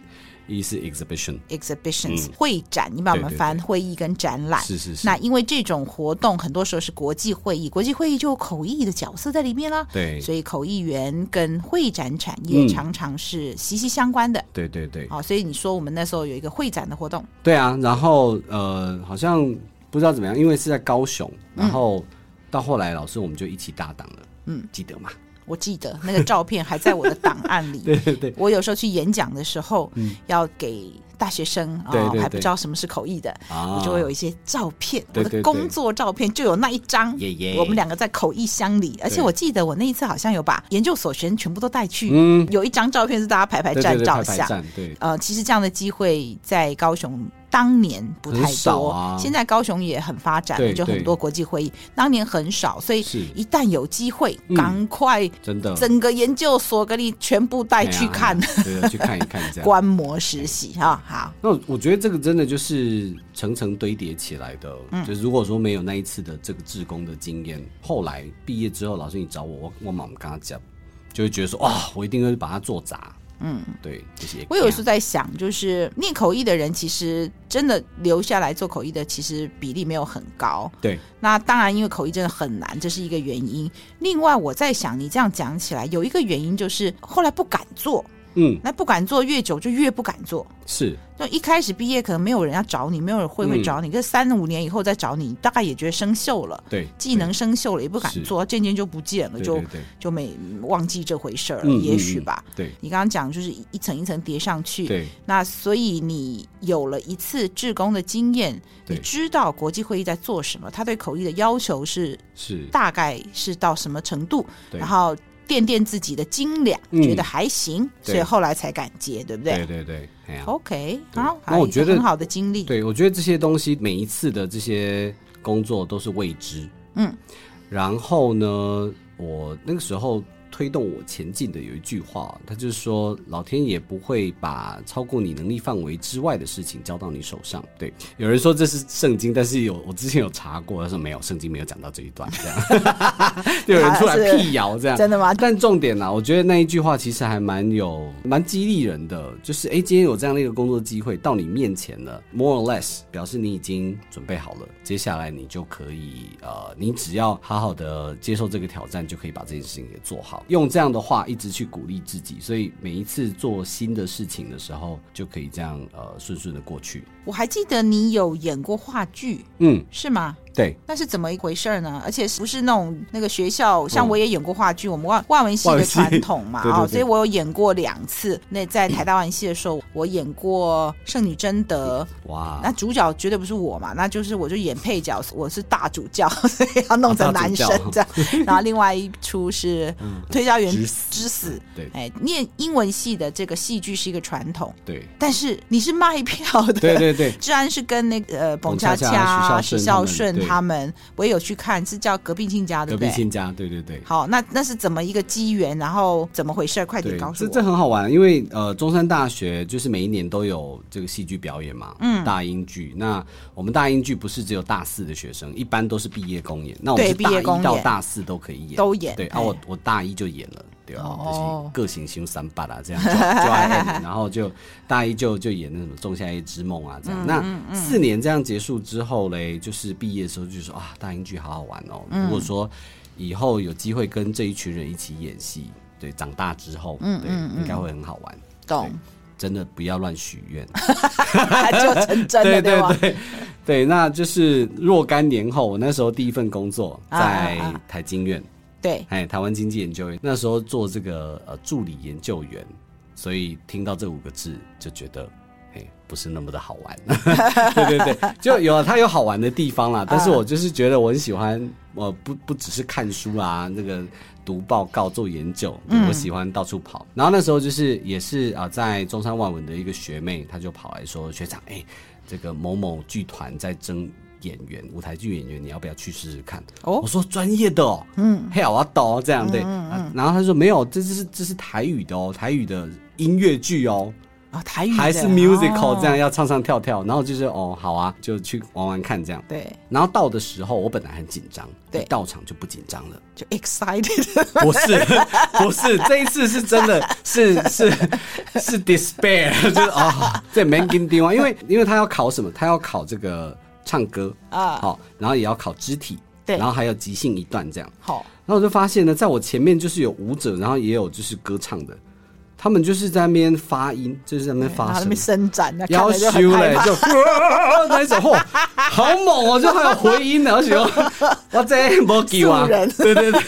[SPEAKER 2] ，E 是 Exhibition，
[SPEAKER 1] exhibitions、会展，你把我们
[SPEAKER 2] 嗯对对
[SPEAKER 1] 翻会议跟展览。
[SPEAKER 2] 是是是，
[SPEAKER 1] 那因为这种活动很多时候是国际会议，国际会议就有口译的角色在里面啦。
[SPEAKER 2] 对
[SPEAKER 1] 所以口译员跟会展产业
[SPEAKER 2] 嗯
[SPEAKER 1] 常常是息息相关的。
[SPEAKER 2] 对对对，
[SPEAKER 1] 哦，所以你说我们那时候有一个会展的活动，
[SPEAKER 2] 对啊，然后呃，好像不知道怎么样，因为是在高雄，然后到后来老师我们就一起搭档了，嗯，记得吗？
[SPEAKER 1] 我记得那个照片还在我的档案里。
[SPEAKER 2] [LAUGHS] 对对对，嗯
[SPEAKER 1] 我有时候去演讲的时候，要给大学生啊、
[SPEAKER 2] 对对对
[SPEAKER 1] 还不知道什么是口译的，
[SPEAKER 2] 啊
[SPEAKER 1] 我就会有一些照片，
[SPEAKER 2] 对
[SPEAKER 1] 我的
[SPEAKER 2] 对对
[SPEAKER 1] 工作照片就有那一张。
[SPEAKER 2] 耶耶
[SPEAKER 1] 我们两个在口译箱里，而且
[SPEAKER 2] 对
[SPEAKER 1] 我记得我那一次好像有把研究所学生全部都带去，
[SPEAKER 2] 嗯
[SPEAKER 1] 有一张照片是大家排排
[SPEAKER 2] 对
[SPEAKER 1] 站
[SPEAKER 2] 对对
[SPEAKER 1] 照
[SPEAKER 2] 排排
[SPEAKER 1] 相。
[SPEAKER 2] 站对，
[SPEAKER 1] 呃，其实这样的机会在高雄当年不太
[SPEAKER 2] 很少
[SPEAKER 1] 多，
[SPEAKER 2] 啊
[SPEAKER 1] 现在高雄也很发展了，
[SPEAKER 2] 对
[SPEAKER 1] 就很
[SPEAKER 2] 对
[SPEAKER 1] 多国际会议，当年很少，所以
[SPEAKER 2] 是
[SPEAKER 1] 一旦有机会，
[SPEAKER 2] 嗯
[SPEAKER 1] 赶快
[SPEAKER 2] 真的
[SPEAKER 1] 整个研究所给你全部带去看、 [LAUGHS]
[SPEAKER 2] 哎呀嗯对，去看一看这样。
[SPEAKER 1] 观摩实习哈、好，
[SPEAKER 2] 那我我觉得这个真的就是层层堆叠起来的，
[SPEAKER 1] 嗯
[SPEAKER 2] 就是如果说没有那一次的这个志工的经验，后来毕业之后，老师你找我，我我妈妈跟他讲，就会觉得说哇、我一定会把它做砸。嗯，对，这些。
[SPEAKER 1] 我有时候在想，就是念口译的人，其实真的留下来做口译的，其实比例没有很高。
[SPEAKER 2] 对
[SPEAKER 1] 那当然，因为口译真的很难，这是一个原因。另外，我在想，你这样讲起来，有一个原因就是后来不敢做，
[SPEAKER 2] 嗯
[SPEAKER 1] 那不敢做越久就越不敢做。
[SPEAKER 2] 是
[SPEAKER 1] 就一开始毕业可能没有人要找你，没有人会
[SPEAKER 2] 嗯
[SPEAKER 1] 会找你，可是三五年以后再找你，大概也觉得生锈了，
[SPEAKER 2] 对
[SPEAKER 1] 技能生锈了，也不敢
[SPEAKER 2] 是
[SPEAKER 1] 做，渐渐就不见了，
[SPEAKER 2] 对
[SPEAKER 1] 就
[SPEAKER 2] 对对
[SPEAKER 1] 就没忘记这回事儿了，
[SPEAKER 2] 嗯
[SPEAKER 1] 也许吧。
[SPEAKER 2] 对
[SPEAKER 1] 你刚刚讲就是一一层一层叠上去，
[SPEAKER 2] 对
[SPEAKER 1] 那所以你有了一次志工的经验，你
[SPEAKER 2] 对
[SPEAKER 1] 知道国际会议在做什么，他对口译的要求是
[SPEAKER 2] 是
[SPEAKER 1] 大概是到什么程度，
[SPEAKER 2] 对
[SPEAKER 1] 然后垫垫自己的斤两，
[SPEAKER 2] 嗯
[SPEAKER 1] 觉得还行，
[SPEAKER 2] 对
[SPEAKER 1] 所以后来才敢接，对不对
[SPEAKER 2] 对对对，哎呀、
[SPEAKER 1] o k
[SPEAKER 2] 对
[SPEAKER 1] 好，
[SPEAKER 2] 那我觉得
[SPEAKER 1] 还有一个很好的经历，
[SPEAKER 2] 对，我觉得这些东西每一次的这些工作都是未知。
[SPEAKER 1] 嗯，
[SPEAKER 2] 然后呢，我那个时候推动我前进的有一句话，他就是说，老天也不会把超过你能力范围之外的事情交到你手上。对，有人说这是圣经，但是有我之前有查过，他说没有，圣经没有讲到这一段，这样， [LAUGHS] 就有人出来辟谣这样。
[SPEAKER 1] 真的吗？
[SPEAKER 2] 啊但重点啦，我觉得那一句话其实还蛮有蛮激励人的，就是哎、诶今天有这样的一个工作机会到你面前了，more or less 表示你已经准备好了，接下来你就可以呃，你只要好好的接受这个挑战，就可以把这件事情给做好。用这样的话一直去鼓励自己，所以每一次做新的事情的时候，就可以这样呃顺顺的过去。
[SPEAKER 1] 我还记得你有演过话剧，
[SPEAKER 2] 嗯，
[SPEAKER 1] 是吗？
[SPEAKER 2] 对，
[SPEAKER 1] 那是怎么一回事儿呢？而且是不是那种那个学校，像我也演过话剧，我们外外文系的传统嘛，哦
[SPEAKER 2] 外文嗯 [LAUGHS] 系对对对
[SPEAKER 1] 所以我有演过两次。那在台大外文系的时候，我演过《圣女贞德》，
[SPEAKER 2] 哇，
[SPEAKER 1] 那主角绝对不是我嘛，那就是我就演配角，我是大主教，所以 [LAUGHS] 要弄成男生
[SPEAKER 2] 啊大主嗯
[SPEAKER 1] 这样。然后另外一出是
[SPEAKER 2] [LAUGHS]
[SPEAKER 1] 《推销员
[SPEAKER 2] 之死
[SPEAKER 1] 之死》，
[SPEAKER 2] 对
[SPEAKER 1] 哎，念英文系的这个戏剧是一个传统，
[SPEAKER 2] 对
[SPEAKER 1] 但是你是卖票的，
[SPEAKER 2] 对
[SPEAKER 1] [LAUGHS]
[SPEAKER 2] 对对，
[SPEAKER 1] 治安是跟那个呃
[SPEAKER 2] 彭
[SPEAKER 1] 彭
[SPEAKER 2] 恰
[SPEAKER 1] 恰
[SPEAKER 2] 恰
[SPEAKER 1] 恰、
[SPEAKER 2] 许
[SPEAKER 1] 许孝
[SPEAKER 2] 孝顺
[SPEAKER 1] 顺
[SPEAKER 2] 他
[SPEAKER 1] 他们，我也有去看，是叫《隔壁亲家》对
[SPEAKER 2] 隔
[SPEAKER 1] 不
[SPEAKER 2] 壁
[SPEAKER 1] 对？
[SPEAKER 2] 亲家，对对对。
[SPEAKER 1] 好，那那是怎么一个机缘？然后怎么回事？快点
[SPEAKER 2] 对
[SPEAKER 1] 告，诉
[SPEAKER 2] 这
[SPEAKER 1] 我。
[SPEAKER 2] 这很好玩，因为呃，中山大学就是每一年都有这个戏剧表演嘛，嗯，大英剧。那我们大英剧不是只有大四的学生，一般都是毕业公演。那我们
[SPEAKER 1] 对
[SPEAKER 2] 是
[SPEAKER 1] 毕
[SPEAKER 2] 大
[SPEAKER 1] 业公
[SPEAKER 2] 一到
[SPEAKER 1] 演
[SPEAKER 2] 大四都可以演，
[SPEAKER 1] 都演
[SPEAKER 2] 对啊，
[SPEAKER 1] 哎
[SPEAKER 2] 我我大一就演了，对啊，
[SPEAKER 1] 哦
[SPEAKER 2] 就是个性型三八啦，这样就就爱
[SPEAKER 1] [LAUGHS]
[SPEAKER 2] 演，然后就大一就就演那什么《仲夏夜之梦》啊，这
[SPEAKER 1] 嗯
[SPEAKER 2] 样。那四年这样结束之后嘞，就是毕业的时候就说啊，大英剧好好玩哦。
[SPEAKER 1] 嗯
[SPEAKER 2] 如果说以后有机会跟这一群人一起演戏，对，长大之后，
[SPEAKER 1] 嗯
[SPEAKER 2] 对，应该会很好玩。 [LAUGHS]
[SPEAKER 1] 懂，
[SPEAKER 2] 真的不要乱许
[SPEAKER 1] [LAUGHS]
[SPEAKER 2] 愿，
[SPEAKER 1] 就成真的
[SPEAKER 2] 对对
[SPEAKER 1] 吧？
[SPEAKER 2] 对 [LAUGHS] 对，那就是若干年后，我那时候第一份工作
[SPEAKER 1] 啊啊
[SPEAKER 2] 在
[SPEAKER 1] 啊
[SPEAKER 2] 台经院，
[SPEAKER 1] 对，
[SPEAKER 2] 哎，台湾经济研究院，那时候做这个呃助理研究员，所以听到这五个字就觉得。哎，不是那么的好玩， [LAUGHS] 对对对，就有它有好玩的地方啦。但是我就是觉得我很喜欢，我不不只是看书啊，那个读报告、做研究，对我喜欢到处跑。然后那时候就是也是啊、在中山外文的一个学妹，她就跑来说：“学长，哎，这个某某剧团在争演员，舞台剧演员，你要不要去试试看？”
[SPEAKER 1] 哦嗯
[SPEAKER 2] 我说专业的哦，嗯，嘿，我懂这样对、啊然后他说没有，这这是这是台语的哦，台语的音乐剧哦，
[SPEAKER 1] 啊，台语的
[SPEAKER 2] 还是 musical
[SPEAKER 1] 哦
[SPEAKER 2] 这样、要唱唱跳跳，然后就是哦好啊，就去玩玩看这样。
[SPEAKER 1] 对，
[SPEAKER 2] 然后到的时候，我本来很紧张，
[SPEAKER 1] 对
[SPEAKER 2] 一到场就不紧张了。
[SPEAKER 1] 就 excited， [LAUGHS]
[SPEAKER 2] 不是，不是，这一次是真的是是是 despair，就是 [LAUGHS] 啊、这没跟地方，因为因为他要考什么？他要考这个唱歌
[SPEAKER 1] 啊
[SPEAKER 2] 好、然后也要考肢体，
[SPEAKER 1] 对
[SPEAKER 2] 然后还有即兴一段这样。
[SPEAKER 1] 好，
[SPEAKER 2] 然后我就发现呢，在我前面就是有舞者，然后也有就是歌唱的，他们就是在那边发音，就是在那边
[SPEAKER 1] 然
[SPEAKER 2] 发
[SPEAKER 1] 后那
[SPEAKER 2] 声
[SPEAKER 1] 边。伸展，那看
[SPEAKER 2] 要
[SPEAKER 1] 了就
[SPEAKER 2] 修
[SPEAKER 1] 很害
[SPEAKER 2] 嘞，
[SPEAKER 1] 怕。
[SPEAKER 2] 就呃那一种，嚯，好猛哦！就还有回音的，而且我我这
[SPEAKER 1] [LAUGHS]
[SPEAKER 2] 没给啊
[SPEAKER 1] 素人，
[SPEAKER 2] 对对对。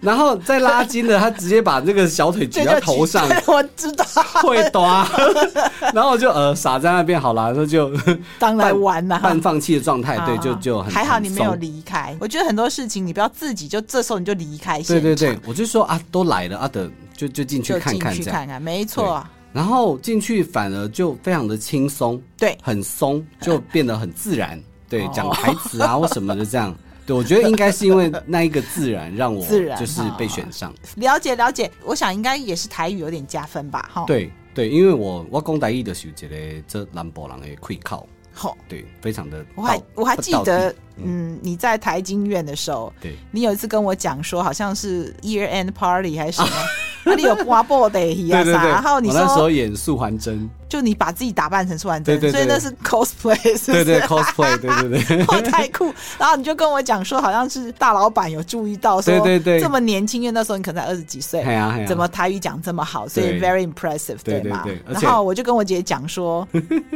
[SPEAKER 2] 然后再拉筋的，他直接把这个小腿
[SPEAKER 1] [LAUGHS]
[SPEAKER 2] 举
[SPEAKER 1] 这
[SPEAKER 2] 到
[SPEAKER 1] 就
[SPEAKER 2] 头上，
[SPEAKER 1] 我知
[SPEAKER 2] [LAUGHS]
[SPEAKER 1] 道，
[SPEAKER 2] 会短。 [LAUGHS] 然后我就呃傻在那边，好啦，那就
[SPEAKER 1] 当然玩啦
[SPEAKER 2] 半放弃的状态，对，
[SPEAKER 1] 啊
[SPEAKER 2] 就就很
[SPEAKER 1] 还好你
[SPEAKER 2] 很
[SPEAKER 1] 没有
[SPEAKER 2] 松
[SPEAKER 1] 离开。我觉得很多事情你不要自己就这时候你就离开现
[SPEAKER 2] 对
[SPEAKER 1] 场，
[SPEAKER 2] 对对，我就说啊，都来了啊，等就就进去
[SPEAKER 1] 就
[SPEAKER 2] 看
[SPEAKER 1] 进
[SPEAKER 2] 看
[SPEAKER 1] 去
[SPEAKER 2] 这样。
[SPEAKER 1] 看看，没错，
[SPEAKER 2] 然后进去反而就非常的轻松，
[SPEAKER 1] 对
[SPEAKER 2] 很松，
[SPEAKER 1] [LAUGHS]
[SPEAKER 2] 就变得很自然。对
[SPEAKER 1] 哦，
[SPEAKER 2] 讲台词啊 [LAUGHS] 或什么的这样。对，我觉得应该是因为那一个自然，让我
[SPEAKER 1] [LAUGHS] 自然哦
[SPEAKER 2] 就是被选上。
[SPEAKER 1] 了解了解，我想应该也是台语有点加分吧，哈。，
[SPEAKER 2] 对对，因为我我讲台语的时候，觉得这兰博人的溃靠，
[SPEAKER 1] 吼，
[SPEAKER 2] 对，非常的
[SPEAKER 1] 我还
[SPEAKER 2] 到
[SPEAKER 1] 我还记
[SPEAKER 2] 到
[SPEAKER 1] 得
[SPEAKER 2] 底，
[SPEAKER 1] 嗯，你在台经院的时候，
[SPEAKER 2] 对
[SPEAKER 1] 你有一次跟我讲说，好像是 year end party 还是什么，那里有刮破的一
[SPEAKER 2] 对
[SPEAKER 1] 样
[SPEAKER 2] 啊 [LAUGHS] 对对，
[SPEAKER 1] 啊啥，然后你
[SPEAKER 2] 我那时候
[SPEAKER 1] 说
[SPEAKER 2] 演素还真，
[SPEAKER 1] 就你把自己打扮成素还真，
[SPEAKER 2] 对对对
[SPEAKER 1] 所以那是 cosplay，是不
[SPEAKER 2] 对
[SPEAKER 1] 是？
[SPEAKER 2] 对 cosplay，对对
[SPEAKER 1] [LAUGHS]
[SPEAKER 2] 对。 [LAUGHS]
[SPEAKER 1] 我太酷，然后你就跟我讲说，好像是大老板有注意到说，
[SPEAKER 2] 对对对
[SPEAKER 1] 这么年轻，因为那时候你可能才二十几岁，
[SPEAKER 2] 嘿啊嘿啊
[SPEAKER 1] 怎么台语讲这么好，所以
[SPEAKER 2] 对
[SPEAKER 1] very impressive，
[SPEAKER 2] 对
[SPEAKER 1] 吗？
[SPEAKER 2] 对对而
[SPEAKER 1] 然
[SPEAKER 2] 且
[SPEAKER 1] 后我就跟我姐讲
[SPEAKER 2] [LAUGHS]
[SPEAKER 1] 说，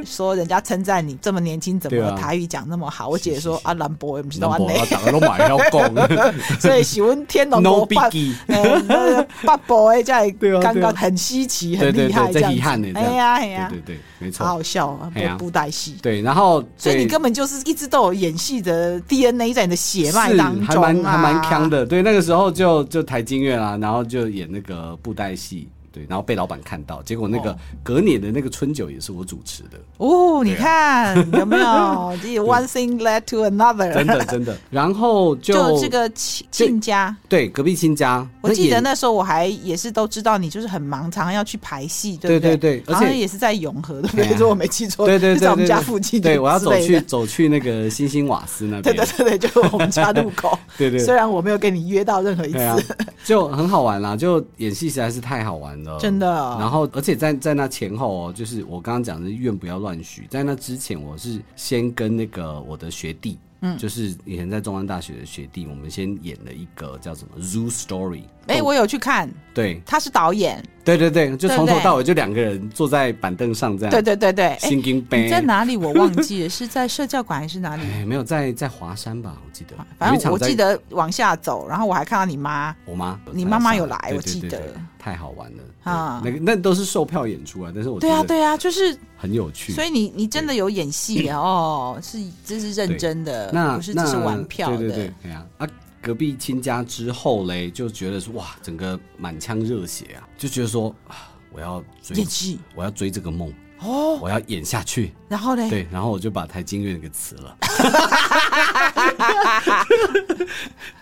[SPEAKER 1] 说人家称赞你这么年轻，怎
[SPEAKER 2] 对
[SPEAKER 1] 么
[SPEAKER 2] 啊
[SPEAKER 1] 台语讲那么好？我姐
[SPEAKER 2] 是
[SPEAKER 1] 说
[SPEAKER 2] 是
[SPEAKER 1] 啊，兰博我们是
[SPEAKER 2] 兰
[SPEAKER 1] 湾
[SPEAKER 2] 博
[SPEAKER 1] 内，
[SPEAKER 2] 啊，大家都买要讲
[SPEAKER 1] [LAUGHS] 所以喜欢天龙
[SPEAKER 2] [LAUGHS] ，no
[SPEAKER 1] 国八
[SPEAKER 2] biggie。
[SPEAKER 1] 呃那个八博哎，在
[SPEAKER 2] 对啊
[SPEAKER 1] 刚
[SPEAKER 2] 对啊
[SPEAKER 1] 刚很稀奇，
[SPEAKER 2] 对
[SPEAKER 1] 很
[SPEAKER 2] 对
[SPEAKER 1] 厉害
[SPEAKER 2] 对，这
[SPEAKER 1] 样
[SPEAKER 2] 遗
[SPEAKER 1] 子。
[SPEAKER 2] 憾呢，这样
[SPEAKER 1] 哎呀哎呀
[SPEAKER 2] 对对对，没
[SPEAKER 1] 好
[SPEAKER 2] 错，
[SPEAKER 1] 好笑啊，
[SPEAKER 2] 哎呀
[SPEAKER 1] 布布袋戏。
[SPEAKER 2] 对，然后
[SPEAKER 1] 所以你
[SPEAKER 2] 对
[SPEAKER 1] 根本就是一直都有演戏的 DNA 在你的血脉
[SPEAKER 2] 是
[SPEAKER 1] 当中、啊、
[SPEAKER 2] 还蛮还蛮强的，对，那个时候就就台经院啊，然后就演那个布袋戏。对，然后被老板看到，结果那个
[SPEAKER 1] 哦
[SPEAKER 2] 隔年的那个春酒也是我主持
[SPEAKER 1] [LAUGHS]
[SPEAKER 2] 的，
[SPEAKER 1] 哦，
[SPEAKER 2] 啊
[SPEAKER 1] 你看
[SPEAKER 2] [LAUGHS]
[SPEAKER 1] 有没有？这 one thing led to another，
[SPEAKER 2] 真的真的。然后就
[SPEAKER 1] [LAUGHS] 就这个亲
[SPEAKER 2] 这
[SPEAKER 1] 亲家。
[SPEAKER 2] 对隔壁亲家，
[SPEAKER 1] 我记得
[SPEAKER 2] 演
[SPEAKER 1] 那时候我还也是都知道你就是很忙，常常要去排戏，不
[SPEAKER 2] 对
[SPEAKER 1] 对
[SPEAKER 2] 对对而
[SPEAKER 1] 好
[SPEAKER 2] 且
[SPEAKER 1] 像也是在永和，对不
[SPEAKER 2] 哎呀
[SPEAKER 1] 对？如果我没记错，
[SPEAKER 2] 对对
[SPEAKER 1] 就
[SPEAKER 2] 对
[SPEAKER 1] 在我
[SPEAKER 2] 对
[SPEAKER 1] 们家
[SPEAKER 2] 对
[SPEAKER 1] 附近之类的，
[SPEAKER 2] 对，我要走去走去那个星星瓦斯那
[SPEAKER 1] 对
[SPEAKER 2] 边，
[SPEAKER 1] 对
[SPEAKER 2] [LAUGHS]
[SPEAKER 1] 对对，就我们家路口。
[SPEAKER 2] 对对
[SPEAKER 1] 虽然我没有跟你约到任何一
[SPEAKER 2] 对啊
[SPEAKER 1] 次，， [LAUGHS]
[SPEAKER 2] 就很好玩啦，就演戏实在是太好玩了，
[SPEAKER 1] 真
[SPEAKER 2] 然
[SPEAKER 1] 的。
[SPEAKER 2] 后，而且在在那前后哦，就是我刚刚讲的愿不要乱许，在那之前，我是先跟那个我的学弟，嗯，就是以前在中山大学的学弟，我们先演了一个叫什么《Zoo Story》。
[SPEAKER 1] 哎、
[SPEAKER 2] 动
[SPEAKER 1] 我有去看，
[SPEAKER 2] 对
[SPEAKER 1] 他是导演，
[SPEAKER 2] 对对对，就
[SPEAKER 1] 对
[SPEAKER 2] 从
[SPEAKER 1] 不
[SPEAKER 2] 头
[SPEAKER 1] 对
[SPEAKER 2] 到尾就两个人坐在板凳上这样，
[SPEAKER 1] 对对对对。哎、
[SPEAKER 2] ，singing
[SPEAKER 1] 你在
[SPEAKER 2] band。
[SPEAKER 1] 哪里？我忘记了，是在社教馆还是哪里？
[SPEAKER 2] 哎， [LAUGHS] 没有在在华山吧？我记得，
[SPEAKER 1] 反
[SPEAKER 2] 有一
[SPEAKER 1] 正
[SPEAKER 2] 场
[SPEAKER 1] 我
[SPEAKER 2] 在
[SPEAKER 1] 记得往下走，然后我还看到你妈。
[SPEAKER 2] 我妈，
[SPEAKER 1] 你妈妈有来
[SPEAKER 2] 对
[SPEAKER 1] 我
[SPEAKER 2] 对
[SPEAKER 1] 记
[SPEAKER 2] 对
[SPEAKER 1] 得
[SPEAKER 2] 对太好玩了
[SPEAKER 1] 啊
[SPEAKER 2] 啊！对那个那都是售票演出啊，但是我
[SPEAKER 1] 对啊，
[SPEAKER 2] 觉得
[SPEAKER 1] 对啊，就是，
[SPEAKER 2] 很有趣。
[SPEAKER 1] 所以你你真的有演戏耶哦，是这是认真的，
[SPEAKER 2] 那
[SPEAKER 1] 不是只是
[SPEAKER 2] 那
[SPEAKER 1] 玩票的。
[SPEAKER 2] 对对对，哎呀啊。隔壁亲家之后嘞，就觉得说哇，整个满腔热血啊，就觉得说啊，我要追
[SPEAKER 1] 演，戏
[SPEAKER 2] 我要追这个梦，
[SPEAKER 1] 哦，
[SPEAKER 2] 我要演下去。
[SPEAKER 1] 然后嘞，
[SPEAKER 2] 对，然后我就把台经院给辞
[SPEAKER 1] [LAUGHS]
[SPEAKER 2] 了。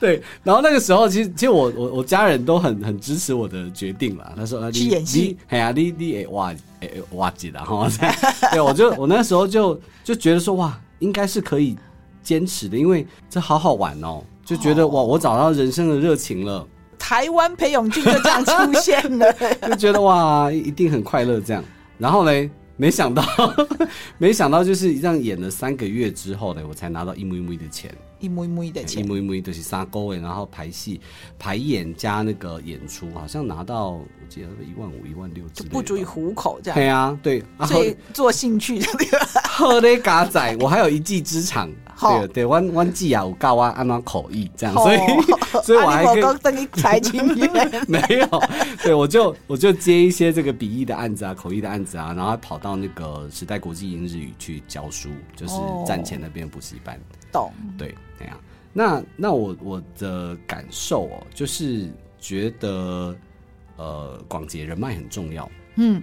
[SPEAKER 2] 对，然后那个时候，其实其实我我我家人都很很支持我的决定啦。他说：“啊，
[SPEAKER 1] 去
[SPEAKER 2] 你
[SPEAKER 1] 演戏
[SPEAKER 2] 你哎呀，你你哎哇哎哇姐的哈。” [LAUGHS] 对，我就我那时候就就觉得说哇，应该是可以坚持的，因为这好好玩哦，就觉得哇，我找到人生的热情了。
[SPEAKER 1] 台湾裴勇俊就这样出现
[SPEAKER 2] [LAUGHS]
[SPEAKER 1] 了。
[SPEAKER 2] 就觉得哇，一定很快乐这样。然后嘞，没想到， [LAUGHS] 没想到就是这样演了三个月之后呢，我才拿到一幕一幕的钱，
[SPEAKER 1] 一模一模的
[SPEAKER 2] 哎一
[SPEAKER 1] 钱，
[SPEAKER 2] 幕一幕就是三勾哎，然后排戏、排演加那个演出，好像拿到我记得一万五、一万六
[SPEAKER 1] 就
[SPEAKER 2] 之类的吧。
[SPEAKER 1] 不足以糊口这
[SPEAKER 2] 对
[SPEAKER 1] 样。
[SPEAKER 2] 啊，对，啊
[SPEAKER 1] 所以做兴趣的
[SPEAKER 2] 喝嘞嘎仔，我还有一技之长。
[SPEAKER 1] 好
[SPEAKER 2] 对对，弯弯技啊，我教我安那口译这样， [LAUGHS] 所以所以我
[SPEAKER 1] 啊
[SPEAKER 2] 还可
[SPEAKER 1] 你
[SPEAKER 2] 以
[SPEAKER 1] 我刚等你财经员
[SPEAKER 2] [LAUGHS] 没有，对我就我就接一些这个笔译的案子啊、口译的案子啊，然后跑到那个时代国际英日语去教书，就是
[SPEAKER 1] 哦
[SPEAKER 2] 站前那边补习班。
[SPEAKER 1] 懂
[SPEAKER 2] 对，那样。那那我我的感受哦，就是觉得呃，广结人脉很重要。
[SPEAKER 1] 嗯，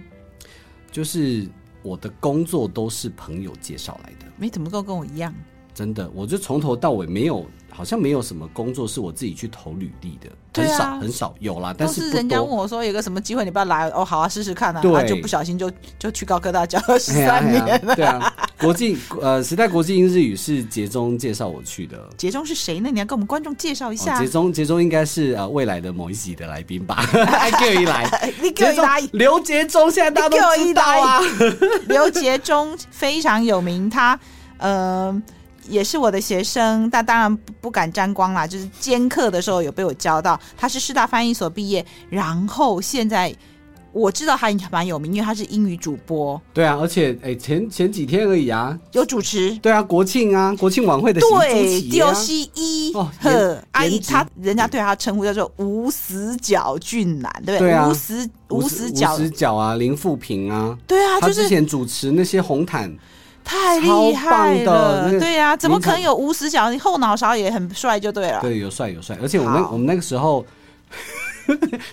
[SPEAKER 2] 就是我的工作都是朋友介绍来的，
[SPEAKER 1] 没怎么够跟我一样，
[SPEAKER 2] 真的，我就从头到尾没有，好像没有什么工作是我自己去投履历的，
[SPEAKER 1] 对
[SPEAKER 2] 很
[SPEAKER 1] 啊
[SPEAKER 2] 少很少有啦，但
[SPEAKER 1] 都是
[SPEAKER 2] 不
[SPEAKER 1] 人家
[SPEAKER 2] 多
[SPEAKER 1] 问我说有个什么机会你不要来哦，好啊试试看啊，
[SPEAKER 2] 对
[SPEAKER 1] 啊就不小心就就去高科大教了十
[SPEAKER 2] 哎呀
[SPEAKER 1] 三年。
[SPEAKER 2] 哎呀对啊，国际呃时代国际英日语是杰中介绍我去的。
[SPEAKER 1] 杰中是谁呢？你要跟我们观众介绍一
[SPEAKER 2] 哦
[SPEAKER 1] 下
[SPEAKER 2] 杰。中杰中应该是呃未来的某一集的来
[SPEAKER 1] [LAUGHS]
[SPEAKER 2] 宾吧，还给我一来，
[SPEAKER 1] 你给我
[SPEAKER 2] 杰中
[SPEAKER 1] 来，
[SPEAKER 2] 刘杰中现在大家都知道啊， [LAUGHS]
[SPEAKER 1] 刘杰中非常有名，他呃也是我的学生，但当然不不敢沾光啦。就是兼课的时候有被我教到，他是师大翻译所毕业，然后现在我知道他蛮有名，因为他是英语主播，
[SPEAKER 2] 对啊，而且哎前前几天而已啊，
[SPEAKER 1] 有主持。
[SPEAKER 2] 对啊国庆啊国庆晚会
[SPEAKER 1] 哦
[SPEAKER 2] 的习
[SPEAKER 1] 对，
[SPEAKER 2] 主席啊
[SPEAKER 1] 丢，西一
[SPEAKER 2] 哦
[SPEAKER 1] 呵
[SPEAKER 2] 颜，
[SPEAKER 1] 阿姨
[SPEAKER 2] 颜值
[SPEAKER 1] 啊他人家对他称呼叫做无死角俊男，对不
[SPEAKER 2] 对啊
[SPEAKER 1] 无死无
[SPEAKER 2] 无
[SPEAKER 1] 死
[SPEAKER 2] 死
[SPEAKER 1] 角
[SPEAKER 2] 无，死角啊林富平啊，
[SPEAKER 1] 对啊，
[SPEAKER 2] 他
[SPEAKER 1] 就
[SPEAKER 2] 之
[SPEAKER 1] 是
[SPEAKER 2] 前主持那些红毯，
[SPEAKER 1] 太
[SPEAKER 2] 超
[SPEAKER 1] 厉害
[SPEAKER 2] 棒的
[SPEAKER 1] 了，
[SPEAKER 2] 那个
[SPEAKER 1] 对呀、怎么可能
[SPEAKER 2] 名
[SPEAKER 1] 有无死角？你后脑勺也很帅就对了。
[SPEAKER 2] 对有帅有帅，而且我们
[SPEAKER 1] 好
[SPEAKER 2] 我们那个时候。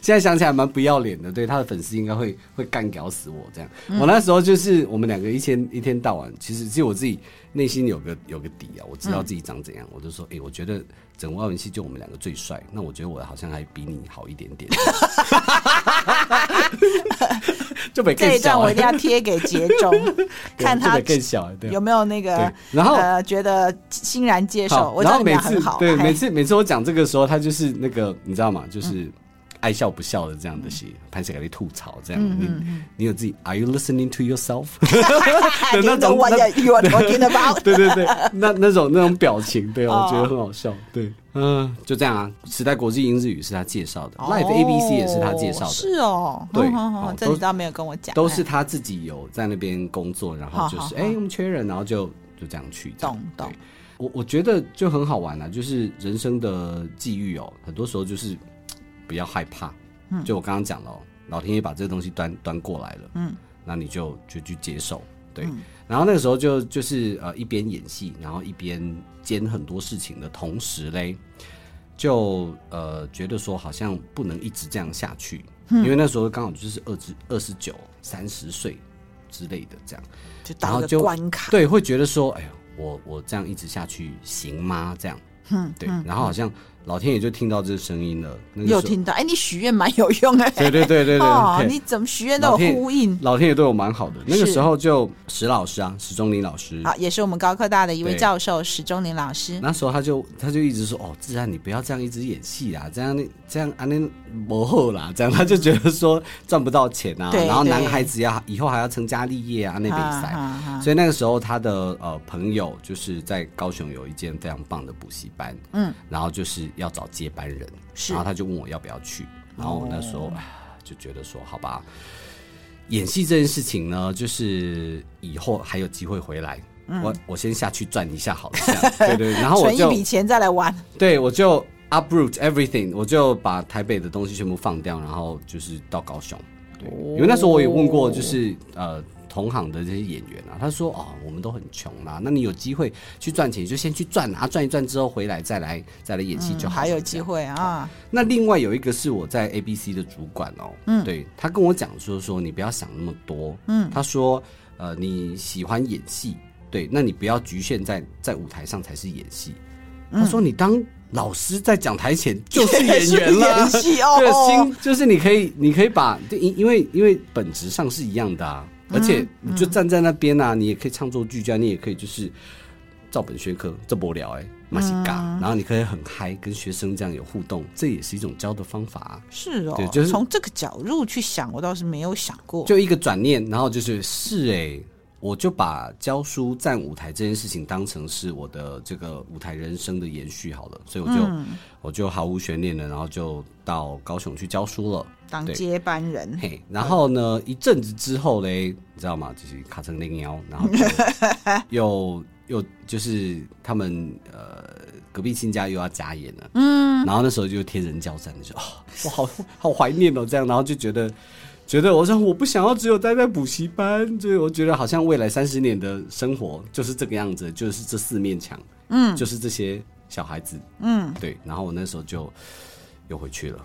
[SPEAKER 2] 现在想起来蛮不要脸的，对他的粉丝应该会会干屌死我这样。
[SPEAKER 1] 嗯
[SPEAKER 2] 我那时候就是我们两个一天一天到晚，其实其实我自己内心有个有个底啊，我
[SPEAKER 1] 嗯
[SPEAKER 2] 知道自己长怎样，我就说，哎、我觉得整个外文系就我们两个最帅，那我觉得我好像还比你好一点
[SPEAKER 1] [LAUGHS]
[SPEAKER 2] 点，就没
[SPEAKER 1] 这
[SPEAKER 2] 更
[SPEAKER 1] 一段
[SPEAKER 2] 小、
[SPEAKER 1] 我
[SPEAKER 2] 欸
[SPEAKER 1] 一，定要贴给杰中，
[SPEAKER 2] [LAUGHS] 对
[SPEAKER 1] 看
[SPEAKER 2] 就
[SPEAKER 1] 他
[SPEAKER 2] 没更小、欸，对
[SPEAKER 1] 有没有那个
[SPEAKER 2] 对然后
[SPEAKER 1] 呃觉得欣然接受。
[SPEAKER 2] 好，
[SPEAKER 1] 我知
[SPEAKER 2] 然
[SPEAKER 1] 道
[SPEAKER 2] 后
[SPEAKER 1] 你们
[SPEAKER 2] 每
[SPEAKER 1] 俩
[SPEAKER 2] 次
[SPEAKER 1] 很好，哎
[SPEAKER 2] 对
[SPEAKER 1] 嘿 [LAUGHS]
[SPEAKER 2] 每次每次我讲这个时候，他就是那个你知道吗？就是爱笑不笑的这样的戏，拍起来被吐槽这样。
[SPEAKER 1] 嗯
[SPEAKER 2] 你你有自己 Are you listening to yourself？的
[SPEAKER 1] You
[SPEAKER 2] 那
[SPEAKER 1] know
[SPEAKER 2] 种
[SPEAKER 1] what
[SPEAKER 2] 那
[SPEAKER 1] you are talking about
[SPEAKER 2] 对对对，那那种那种表情，对我
[SPEAKER 1] 哦
[SPEAKER 2] 觉得很好笑。对，嗯，就这样啊。时代国际英日语是他介绍的
[SPEAKER 1] 哦
[SPEAKER 2] ，Life ABC 也是他介绍
[SPEAKER 1] 是
[SPEAKER 2] 的。
[SPEAKER 1] 哦，
[SPEAKER 2] 对
[SPEAKER 1] 嗯嗯嗯
[SPEAKER 2] 好
[SPEAKER 1] 这
[SPEAKER 2] 都
[SPEAKER 1] 你倒没有跟我讲，
[SPEAKER 2] 都是
[SPEAKER 1] 嘿
[SPEAKER 2] 他自己有在那边工作，然后就
[SPEAKER 1] 好好
[SPEAKER 2] 是
[SPEAKER 1] 好
[SPEAKER 2] 哎、我们缺人，然后就就这样去这样。
[SPEAKER 1] 懂懂
[SPEAKER 2] 对。我我觉得就很好玩啊，就是人生的际遇哦，很多时候就是嘖不要害怕。
[SPEAKER 1] 嗯
[SPEAKER 2] 就我刚刚讲了、哦，老天爷把这个东西端端过来了，嗯，那你就就去接受，对。
[SPEAKER 1] 嗯
[SPEAKER 2] 然后那个时候就就是呃一边演戏，然后一边兼很多事情的同时嘞，就呃觉得说好像不能一直这样下去，
[SPEAKER 1] 嗯
[SPEAKER 2] 因为那时候刚好就是二十二十九、三十岁之类的这样。
[SPEAKER 1] 就
[SPEAKER 2] 然
[SPEAKER 1] 到
[SPEAKER 2] 后
[SPEAKER 1] 一
[SPEAKER 2] 就
[SPEAKER 1] 个关卡，
[SPEAKER 2] 对，会觉得说，哎呦，我我这样一直下去行吗？这样，
[SPEAKER 1] 嗯
[SPEAKER 2] 对，然后好像老天爷就听到这声音了。那个时
[SPEAKER 1] 有
[SPEAKER 2] 候，
[SPEAKER 1] 听到？哎，你许愿蛮有用哎、
[SPEAKER 2] 嗯 [LAUGHS] 对对对对对
[SPEAKER 1] 哦，
[SPEAKER 2] 对
[SPEAKER 1] 你怎么许愿
[SPEAKER 2] 老
[SPEAKER 1] 都有
[SPEAKER 2] 天
[SPEAKER 1] 呼应
[SPEAKER 2] 老天爷对我蛮好的。那个
[SPEAKER 1] 是
[SPEAKER 2] 时候就石老师啊，石钟林老师，
[SPEAKER 1] 好，也是我们高科大的一位
[SPEAKER 2] 对
[SPEAKER 1] 教授史忠林老师。
[SPEAKER 2] 那时候他就他就一直说哦，自然你不要这样一直演戏啊啦，这样你这样安尼磨后啦，这样他就觉得说赚不到钱啊，
[SPEAKER 1] 对
[SPEAKER 2] 然后男
[SPEAKER 1] 对
[SPEAKER 2] 孩子要以后还要成家立业啊，那比赛。
[SPEAKER 1] 哈哈哈
[SPEAKER 2] 所以那个时候，他的呃朋友就是在高雄有一间非常棒的补习班，
[SPEAKER 1] 嗯，
[SPEAKER 2] 然后就是要找接班人，
[SPEAKER 1] 是哦
[SPEAKER 2] 然后他就问我要不要去，然后我那时候、啊就觉得说，好吧，演戏这件事情呢，就是以后还有机会回来，我我先下去赚一下好了，
[SPEAKER 1] [LAUGHS]
[SPEAKER 2] 这样对对，然后我
[SPEAKER 1] 存嗯一
[SPEAKER 2] 就
[SPEAKER 1] 笔钱再来玩，
[SPEAKER 2] 对我就 uproot everything，我就把台北的东西全部放掉，然后就是到高雄。对，
[SPEAKER 1] 哦
[SPEAKER 2] 因为那时候我也问过，就是呃同行的这些演员啊，他说哦，我们都很穷啦，那你有机会去赚钱，你就先去赚啊，赚一赚之后回来再来再来演戏就好、
[SPEAKER 1] 嗯还有机。会啊！
[SPEAKER 2] 那另外有一个是我在 ABC 的主管哦，
[SPEAKER 1] 嗯
[SPEAKER 2] 对他跟我讲说说你不要想那么多，嗯，他说呃你喜欢演戏，对，那你不要局限在在舞台上才是演戏。他说你当老师在讲台前就是演员了
[SPEAKER 1] 演，戏
[SPEAKER 2] 对，
[SPEAKER 1] 哦，
[SPEAKER 2] 心就是你可以你可以把对因因为因为本质上是一样的啊，而且你就站在那边啊，你也可以唱作俱佳，你也可以就是照本宣科，这不无聊哎。马西嘎，然后你可以很嗨，跟学生这样有互动，这也是一种教的方法、啊。
[SPEAKER 1] 是
[SPEAKER 2] 对
[SPEAKER 1] 哦，
[SPEAKER 2] 就是
[SPEAKER 1] 从这个角度去想，我倒是没有想过。
[SPEAKER 2] 就一个转念，然后就是是哎、我就把教书站舞台这件事情当成是我的这个舞台人生的延续好了，所以我就、我就毫无悬念的，然后就到高雄去教书了。
[SPEAKER 1] 当
[SPEAKER 2] 对
[SPEAKER 1] 接班人，
[SPEAKER 2] 嘿，然后呢，一阵子之后嘞，你知道吗？就是卡成零幺，然 [LAUGHS] 后就又又就是他们呃隔壁亲家又要加演了，嗯，然后那时候就天人交战，就哦，我好好怀念哦，这样，然后就觉得。觉得我说我不想要只有待在补习班，就是我觉得好像未来三十年的生活就是这个样子，就是这四面墙，嗯，就是这些小孩子，嗯，对。然后我那时候就又回去了，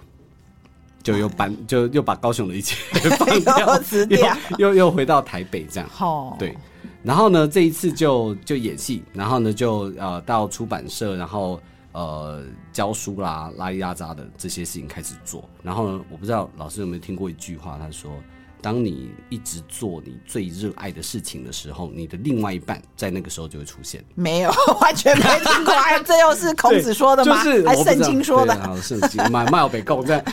[SPEAKER 2] 就又搬，就又把高雄的一切
[SPEAKER 1] [LAUGHS]
[SPEAKER 2] 放掉
[SPEAKER 1] 又辞掉，
[SPEAKER 2] [LAUGHS]
[SPEAKER 1] 哦
[SPEAKER 2] 又又又回到台北这样。
[SPEAKER 1] 好，
[SPEAKER 2] 对，然后呢，这一次就就演戏，然后呢就呃到出版社，然后呃教书啦、拉一拉杂的这些事情开始做。然后呢，我不知道老师有没有听过一句话，他说：当你一直做你最热爱的事情的时候，你的另外一半在那个时候就会出现。
[SPEAKER 1] 没有，完全没听过。哎，这又是孔子说的吗？
[SPEAKER 2] 对就是
[SPEAKER 1] 还
[SPEAKER 2] 我不知
[SPEAKER 1] 圣
[SPEAKER 2] 道
[SPEAKER 1] 经说
[SPEAKER 2] 对
[SPEAKER 1] 的？嗯
[SPEAKER 2] 啊圣经卖卖我北 [LAUGHS] 贡这样，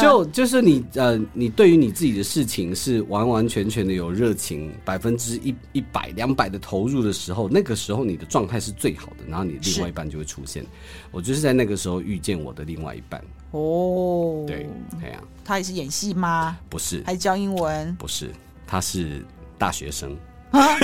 [SPEAKER 2] 就就是你呃，你对于你自己的事情是完完全全的有热情，百分之一一百两百的投入的时候，那个时候你的状态是最好的，然后你另外一半就会出现。我就是在那个时候遇见我的另外一半，
[SPEAKER 1] 哦，
[SPEAKER 2] 对，哎呀、
[SPEAKER 1] 他也是演戏吗？
[SPEAKER 2] 不是
[SPEAKER 1] 还教英文？
[SPEAKER 2] 不是，他是大学生。
[SPEAKER 1] 啊
[SPEAKER 2] [LAUGHS]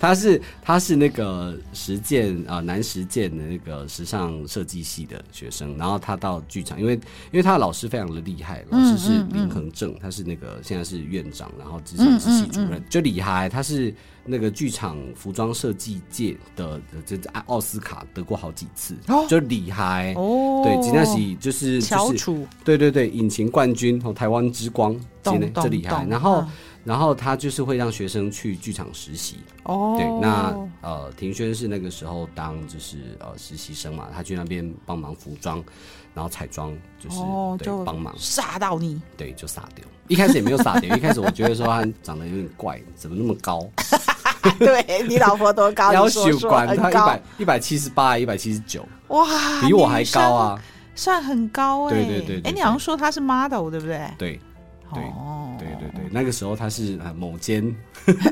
[SPEAKER 2] 他是他是那个实践啊、呃男实践的那个时尚设计系的学生，然后他到剧场，因为因为他的老师非常的厉害，
[SPEAKER 1] 嗯
[SPEAKER 2] 老师是林恒正，他是那个现在是院长，然后之前
[SPEAKER 1] 嗯
[SPEAKER 2] 是系主任，就厉害，他是那个剧场服装设计界的这奥斯卡得过好几次，
[SPEAKER 1] 哦
[SPEAKER 2] 就厉害。
[SPEAKER 1] 哦，
[SPEAKER 2] 对，吉纳喜就是
[SPEAKER 1] 翘
[SPEAKER 2] 就是
[SPEAKER 1] 楚，
[SPEAKER 2] 对对对，引擎冠军哦，台湾之光，
[SPEAKER 1] 懂
[SPEAKER 2] 真的
[SPEAKER 1] 懂
[SPEAKER 2] 这厉害。
[SPEAKER 1] 懂
[SPEAKER 2] 然后
[SPEAKER 1] 嗯，
[SPEAKER 2] 然后他就是会让学生去剧场实习。
[SPEAKER 1] 哦，
[SPEAKER 2] 对，那呃，庭轩是那个时候当就是呃实习生嘛，他去那边帮忙服装，然后彩妆就是
[SPEAKER 1] 哦，
[SPEAKER 2] 对
[SPEAKER 1] 就
[SPEAKER 2] 帮忙，
[SPEAKER 1] 吓到你， [LAUGHS]
[SPEAKER 2] 对就撒掉。一开始也没有撒掉，一开始我觉得说他长得有点怪，怎么那么高，
[SPEAKER 1] 对你老婆多高？
[SPEAKER 2] 要
[SPEAKER 1] 你说
[SPEAKER 2] 求
[SPEAKER 1] 说
[SPEAKER 2] 管
[SPEAKER 1] 很
[SPEAKER 2] 他一
[SPEAKER 1] 高
[SPEAKER 2] 百一百七十八、一百七十九，
[SPEAKER 1] 哇，
[SPEAKER 2] 比我还高啊。！
[SPEAKER 1] 算很高哎、
[SPEAKER 2] 对对对对
[SPEAKER 1] 哎，你好像说他是 model 对不对？
[SPEAKER 2] 对，对
[SPEAKER 1] 哦，
[SPEAKER 2] 对对对，那个时候他是呃某间，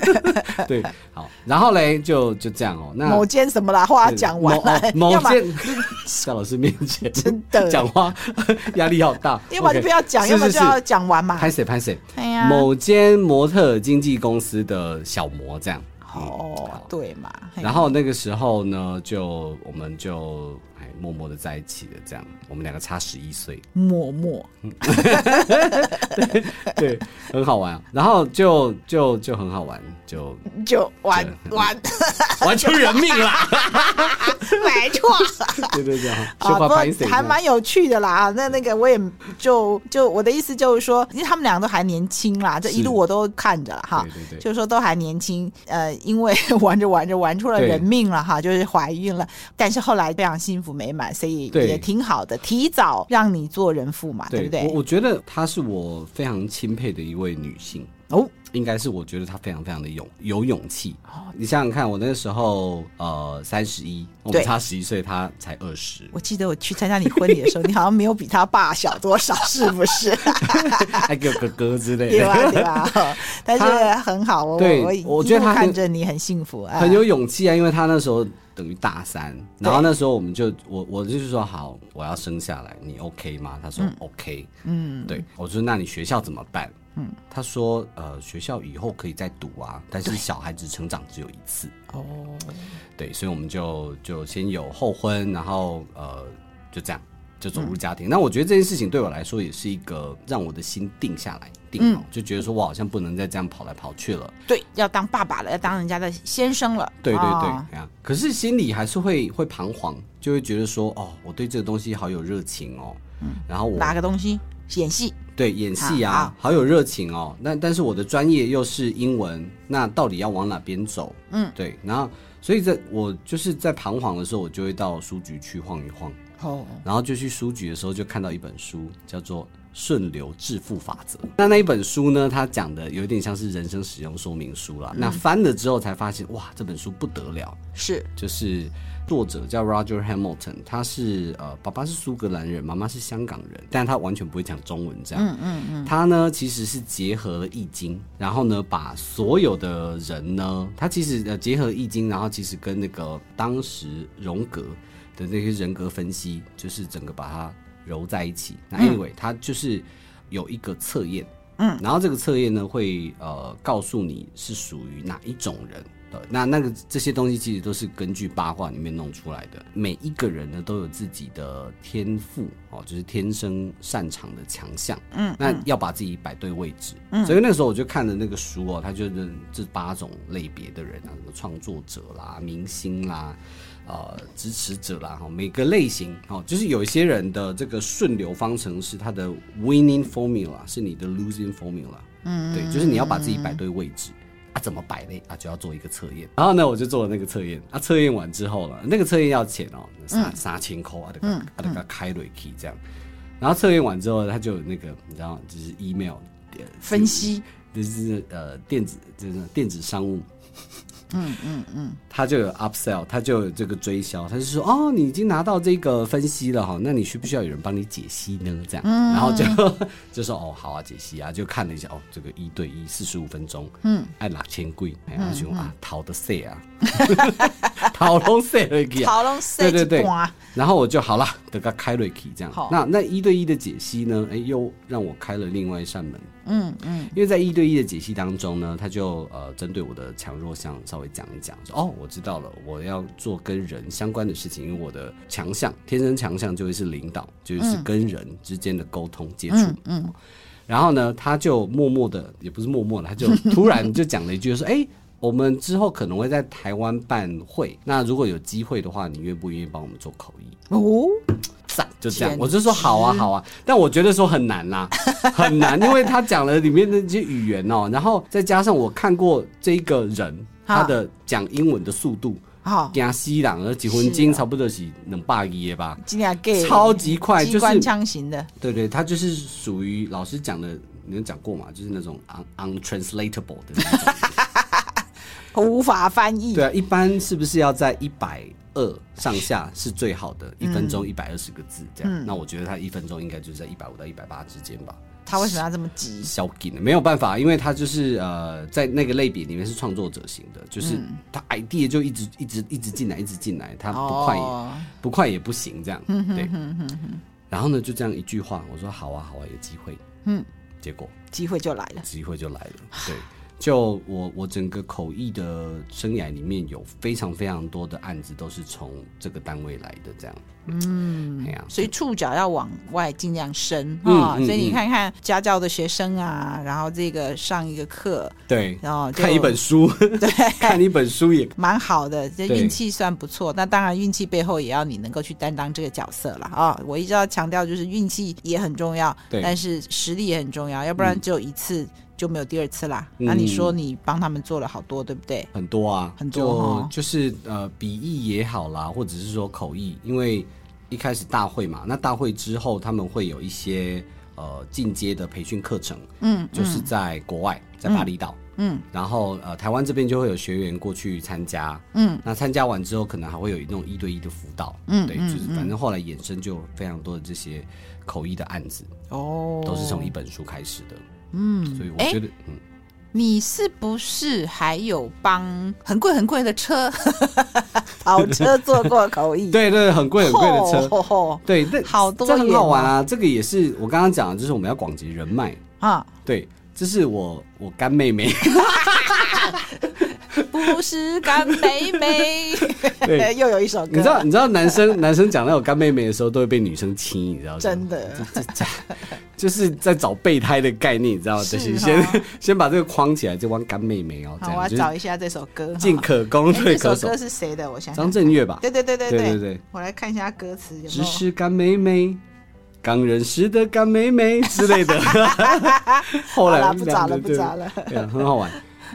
[SPEAKER 2] [LAUGHS] 对，好，然后嘞就就这样哦、那
[SPEAKER 1] 某间什么啦，话讲完了， [LAUGHS]
[SPEAKER 2] 某
[SPEAKER 1] 要
[SPEAKER 2] 哦
[SPEAKER 1] 么
[SPEAKER 2] 某间 [LAUGHS] 在老师面前
[SPEAKER 1] 真的
[SPEAKER 2] 讲话 [LAUGHS] 压力好大，
[SPEAKER 1] [LAUGHS] 要么就
[SPEAKER 2] OK，
[SPEAKER 1] 不要讲，
[SPEAKER 2] 是
[SPEAKER 1] 要么
[SPEAKER 2] 是
[SPEAKER 1] 就要
[SPEAKER 2] 是
[SPEAKER 1] 讲完嘛。
[SPEAKER 2] 拍谁拍谁，
[SPEAKER 1] 哎呀，
[SPEAKER 2] 某间模特儿经纪公司的小模这样，嗯
[SPEAKER 1] 哦，对嘛，嘿
[SPEAKER 2] 然后那个时候呢，就我们就哎默默的在一起了，这样，我们两个差十一岁， [LAUGHS]
[SPEAKER 1] 默默
[SPEAKER 2] 对，很好玩、啊，然后就就就很好玩，就
[SPEAKER 1] 就完 [LAUGHS]
[SPEAKER 2] 对
[SPEAKER 1] 完，
[SPEAKER 2] 玩出人命啦！
[SPEAKER 1] 没错。
[SPEAKER 2] 对对对，
[SPEAKER 1] 啊，
[SPEAKER 2] 羞
[SPEAKER 1] 不
[SPEAKER 2] 花拍谁
[SPEAKER 1] 过？还蛮有趣的啦啊！那那个我也就就我的意思就是说，因为他们两个都还年轻啦，这一路
[SPEAKER 2] 是
[SPEAKER 1] 我都看着了哈。
[SPEAKER 2] 对对对，
[SPEAKER 1] 就是说都还年轻，呃，因为玩着玩着玩出了
[SPEAKER 2] 对
[SPEAKER 1] 人命了哈，就是怀孕了，但是后来非常幸福美满，所以
[SPEAKER 2] 对
[SPEAKER 1] 也挺好的，提早让你做人父嘛，对不
[SPEAKER 2] 我
[SPEAKER 1] 对？
[SPEAKER 2] 我觉得她是我非常钦佩的一位女性。
[SPEAKER 1] 哦，
[SPEAKER 2] 应该是我觉得她非常非常的勇有勇气。你想想看，我那时候呃三十一，我们
[SPEAKER 1] 对。
[SPEAKER 2] 差十一岁，她才二十
[SPEAKER 1] 我记得我去参加你婚礼的时候，你好像没有比他爸小多少，是不
[SPEAKER 2] [LAUGHS]
[SPEAKER 1] 是？
[SPEAKER 2] 还给我哥哥之类
[SPEAKER 1] 对
[SPEAKER 2] 的，
[SPEAKER 1] 吧？对吧？但是很好，我
[SPEAKER 2] 对
[SPEAKER 1] 我
[SPEAKER 2] 我觉
[SPEAKER 1] 一
[SPEAKER 2] 得
[SPEAKER 1] 路
[SPEAKER 2] 他很
[SPEAKER 1] 看着你很幸福，啊
[SPEAKER 2] 很有勇气啊，因为她那时候等于大三，然后那时候我们就我我就是说好，我要生下来，你 OK 吗？她说 OK，嗯，对，我说那你学校怎么办？嗯，她说呃学校以后可以再读啊，但是小孩子成长只有一次，
[SPEAKER 1] 哦，
[SPEAKER 2] 对，所以我们就就先有后婚，然后呃就这样就走入家庭。那我觉得这件事情对我来说也是一个让我的心定下来，定好，就觉得说我好像不能再这样跑来跑去了。
[SPEAKER 1] 对，要当爸爸了，要当人家的先生了，
[SPEAKER 2] 对对对，
[SPEAKER 1] 哦
[SPEAKER 2] 哎呀可是心里还是会会彷徨，就会觉得说哦，我对这个东西好有热情哦，然后我
[SPEAKER 1] 拿个东西演戏，
[SPEAKER 2] 对演戏啊
[SPEAKER 1] 好，
[SPEAKER 2] 好有热情哦。那但是我的专业又是英文，那到底要往哪边走？嗯，对。然后，所以在我就是在彷徨的时候，我就会到书局去晃一晃，
[SPEAKER 1] 哦，
[SPEAKER 2] 然后就去书局的时候就看到一本书，叫做《顺流致富法则》。那那一本书呢，它讲的有点像是人生使用说明书啦。那翻了之后才发现，哇，这本书不得了。
[SPEAKER 1] 是
[SPEAKER 2] 就是作者叫 Roger Hamilton，他是呃，爸爸是苏格兰人，妈妈是香港人，但他完全不会讲中文，这样。嗯嗯嗯。他呢其实是结合了易经，然后呢把所有的人呢，他其实呃结合易经，然后其实跟那个当时荣格的那些人格分析，就是整个把它揉在一起。那 anyway，、他就是有一个测验。嗯，然后这个测验呢会呃告诉你是属于哪一种人的。呃那那个这些东西其实都是根据八卦里面弄出来的。每一个人呢都有自己的天赋哦，就是天生擅长的强项。嗯，那要把自己摆对位置。嗯，所以那时候我就看了那个书哦，它就是这八种类别的人啊，什么创作者啦、明星啦。呃，支持者啦，哈，每个类型，哦，就是有一些人的这个顺流方程式，它的 winning formula 是你的 losing formula，嗯，对，就是你要把自己摆对位置啊，怎么摆嘞？啊，就要做一个测验。然后呢，我就做了那个测验，啊，测验完之后了，那个测验要钱哦，三三千块啊，这个啊这个开瑞 key 这样。然后测验完之后，他就有那个你知道，就是 email，呃
[SPEAKER 1] 分析，
[SPEAKER 2] 就是呃电子就是电子商务。嗯嗯嗯，他就有 upsell，他就有这个追销，他就说哦，你已经拿到这个分析了哈，那你需不需要有人帮你解析呢？这样，然后就 [LAUGHS] 就说哦，好啊，解析啊，就看了一下哦，这个一对一四十五分钟，嗯，按六千贵，然后就啊，逃的色啊， [LAUGHS] 逃龙色了去啊，
[SPEAKER 1] 好龙
[SPEAKER 2] 对对对
[SPEAKER 1] 一盘
[SPEAKER 2] 然后我就好了，等他开瑞 key 这样
[SPEAKER 1] 好。
[SPEAKER 2] 那那一对一的解析呢？哎，又让我开了另外一扇门。
[SPEAKER 1] 嗯嗯，
[SPEAKER 2] 因为在一对一的解析当中呢，他就呃针对我的强弱项稍微讲一讲，说哦，我知道了，我要做跟人相关的事情，因为我的强项天生强项就会是领导，就是
[SPEAKER 1] 嗯
[SPEAKER 2] 跟人之间的沟通接触，嗯。然后呢，他就默默的，也不是默默的，他就突然就讲了一句，说：“哎、 [LAUGHS] 我们之后可能会在台湾办会，那如果有机会的话，你愿不愿意帮我们做口译？”
[SPEAKER 1] 哦，
[SPEAKER 2] 赞，就这样，
[SPEAKER 1] 简
[SPEAKER 2] 我就说好啊，好啊，但我觉得说很
[SPEAKER 1] [LAUGHS]
[SPEAKER 2] 难啦，很难，因为他讲了里面的那些语言哦，然后再加上我看过这一个人他
[SPEAKER 1] 啊
[SPEAKER 2] 的讲英文的速度，
[SPEAKER 1] 好，
[SPEAKER 2] 加西朗而结婚
[SPEAKER 1] 哦
[SPEAKER 2] 金差不多是能霸一吧，
[SPEAKER 1] 今天给
[SPEAKER 2] 超级快，
[SPEAKER 1] 机
[SPEAKER 2] 就是
[SPEAKER 1] 关枪型的，
[SPEAKER 2] 对对，他就是属于老师讲的，你有讲过嘛，就是那种 un untranslatable 的那种，
[SPEAKER 1] 无法翻译
[SPEAKER 2] [LAUGHS] 对，啊，一般是不是要在一百二上下是最好的？一分钟一百二十个字这样。那我觉得他一分钟应该就是在一百五到一百八之间吧。
[SPEAKER 1] 他为什么要这么急？
[SPEAKER 2] 小紧的没有办法，因为他就是呃，在那个类别里面是创作者型的，就是他 idea 就一直一直一直进来，一直进来，他不快也、
[SPEAKER 1] 哦
[SPEAKER 2] 不快也不行这样，对。然后呢，就这样一句话，我说好啊好啊，有机会，嗯，结果
[SPEAKER 1] 机会就来了，
[SPEAKER 2] [SIGHS] 机会就来了，对。就我我整个口译的生涯里面，有非常非常多的案子都是从这个单位来的，这样。嗯，哎呀、
[SPEAKER 1] 所以触角要往外尽量伸啊、
[SPEAKER 2] 嗯嗯
[SPEAKER 1] 所以你
[SPEAKER 2] 嗯
[SPEAKER 1] 看看家教的学生啊，然后这个上一个课，
[SPEAKER 2] 对，
[SPEAKER 1] 然后就
[SPEAKER 2] 看一本书，
[SPEAKER 1] 对，
[SPEAKER 2] [LAUGHS] 看一本书也
[SPEAKER 1] 蛮好的，这
[SPEAKER 2] 对
[SPEAKER 1] 运气算不错。那当然，运气背后也要你能够去担当这个角色了啊！我一直要强调，就是运气也很重要，
[SPEAKER 2] 对
[SPEAKER 1] 但是实力也很重要，要不然
[SPEAKER 2] 嗯
[SPEAKER 1] 只有一次就没有第二次啦。
[SPEAKER 2] 嗯
[SPEAKER 1] 那你说你帮他们做了好多，对不对？
[SPEAKER 2] 很多啊，
[SPEAKER 1] 很多哦
[SPEAKER 2] 就就是呃笔译也好啦，或者是说口译，因为一开始大会嘛，那大会之后他们会有一些呃进阶的培训课程，
[SPEAKER 1] 嗯，
[SPEAKER 2] 就是在国外，在巴厘岛。
[SPEAKER 1] 嗯
[SPEAKER 2] 然后呃，台湾这边就会有学员过去参加，
[SPEAKER 1] 嗯，
[SPEAKER 2] 那参加完之后，可能还会有那种一对一的辅导，
[SPEAKER 1] 嗯
[SPEAKER 2] 对，
[SPEAKER 1] 嗯
[SPEAKER 2] 就是反正后来衍生就有非常多的这些口译的案子，
[SPEAKER 1] 哦，
[SPEAKER 2] 都是从一本书开始的，嗯，所以我觉得，嗯，
[SPEAKER 1] 你是不是还有帮很贵很贵的车 [LAUGHS] 跑车做过口译？
[SPEAKER 2] [LAUGHS] 对对，很贵很贵的车，
[SPEAKER 1] 吼吼
[SPEAKER 2] 对，但
[SPEAKER 1] 好多
[SPEAKER 2] 这很
[SPEAKER 1] 元
[SPEAKER 2] 好玩
[SPEAKER 1] 哦
[SPEAKER 2] 啊，这个也是我刚刚讲的，就是我们要广结人脉，
[SPEAKER 1] 啊， [LAUGHS]
[SPEAKER 2] 对，这是我我干妹妹，
[SPEAKER 1] 不是干妹妹，
[SPEAKER 2] 对
[SPEAKER 1] [LAUGHS] 又有一首歌，
[SPEAKER 2] 你知道你知道男生 [LAUGHS] 男生讲到有干妹妹的时候，都会被女生亲，你知道吗？
[SPEAKER 1] [LAUGHS] 真的。
[SPEAKER 2] 就是在找备胎的概念，你知道吗？
[SPEAKER 1] 是
[SPEAKER 2] 就是
[SPEAKER 1] 哦
[SPEAKER 2] 先 [LAUGHS] 先把这个框起来，就玩干妹妹哦，这
[SPEAKER 1] 好，我要
[SPEAKER 2] 样就
[SPEAKER 1] 找
[SPEAKER 2] 是
[SPEAKER 1] 一下这首歌。
[SPEAKER 2] 进
[SPEAKER 1] 哈
[SPEAKER 2] 可攻
[SPEAKER 1] 哎
[SPEAKER 2] 退
[SPEAKER 1] 这
[SPEAKER 2] 可守
[SPEAKER 1] 首歌。是谁的？我想想
[SPEAKER 2] 张。震岳吧，
[SPEAKER 1] 对对对对
[SPEAKER 2] 对
[SPEAKER 1] 对
[SPEAKER 2] 对对，
[SPEAKER 1] 我来看一下歌词有没
[SPEAKER 2] 只
[SPEAKER 1] 有。
[SPEAKER 2] 是干妹妹，刚认识的干妹妹之
[SPEAKER 1] [LAUGHS]
[SPEAKER 2] 类的。后来
[SPEAKER 1] 好
[SPEAKER 2] 我
[SPEAKER 1] 啦，
[SPEAKER 2] 们
[SPEAKER 1] 不
[SPEAKER 2] 两
[SPEAKER 1] 找
[SPEAKER 2] 个
[SPEAKER 1] 了，不找
[SPEAKER 2] 对
[SPEAKER 1] 了。
[SPEAKER 2] 对，很好玩。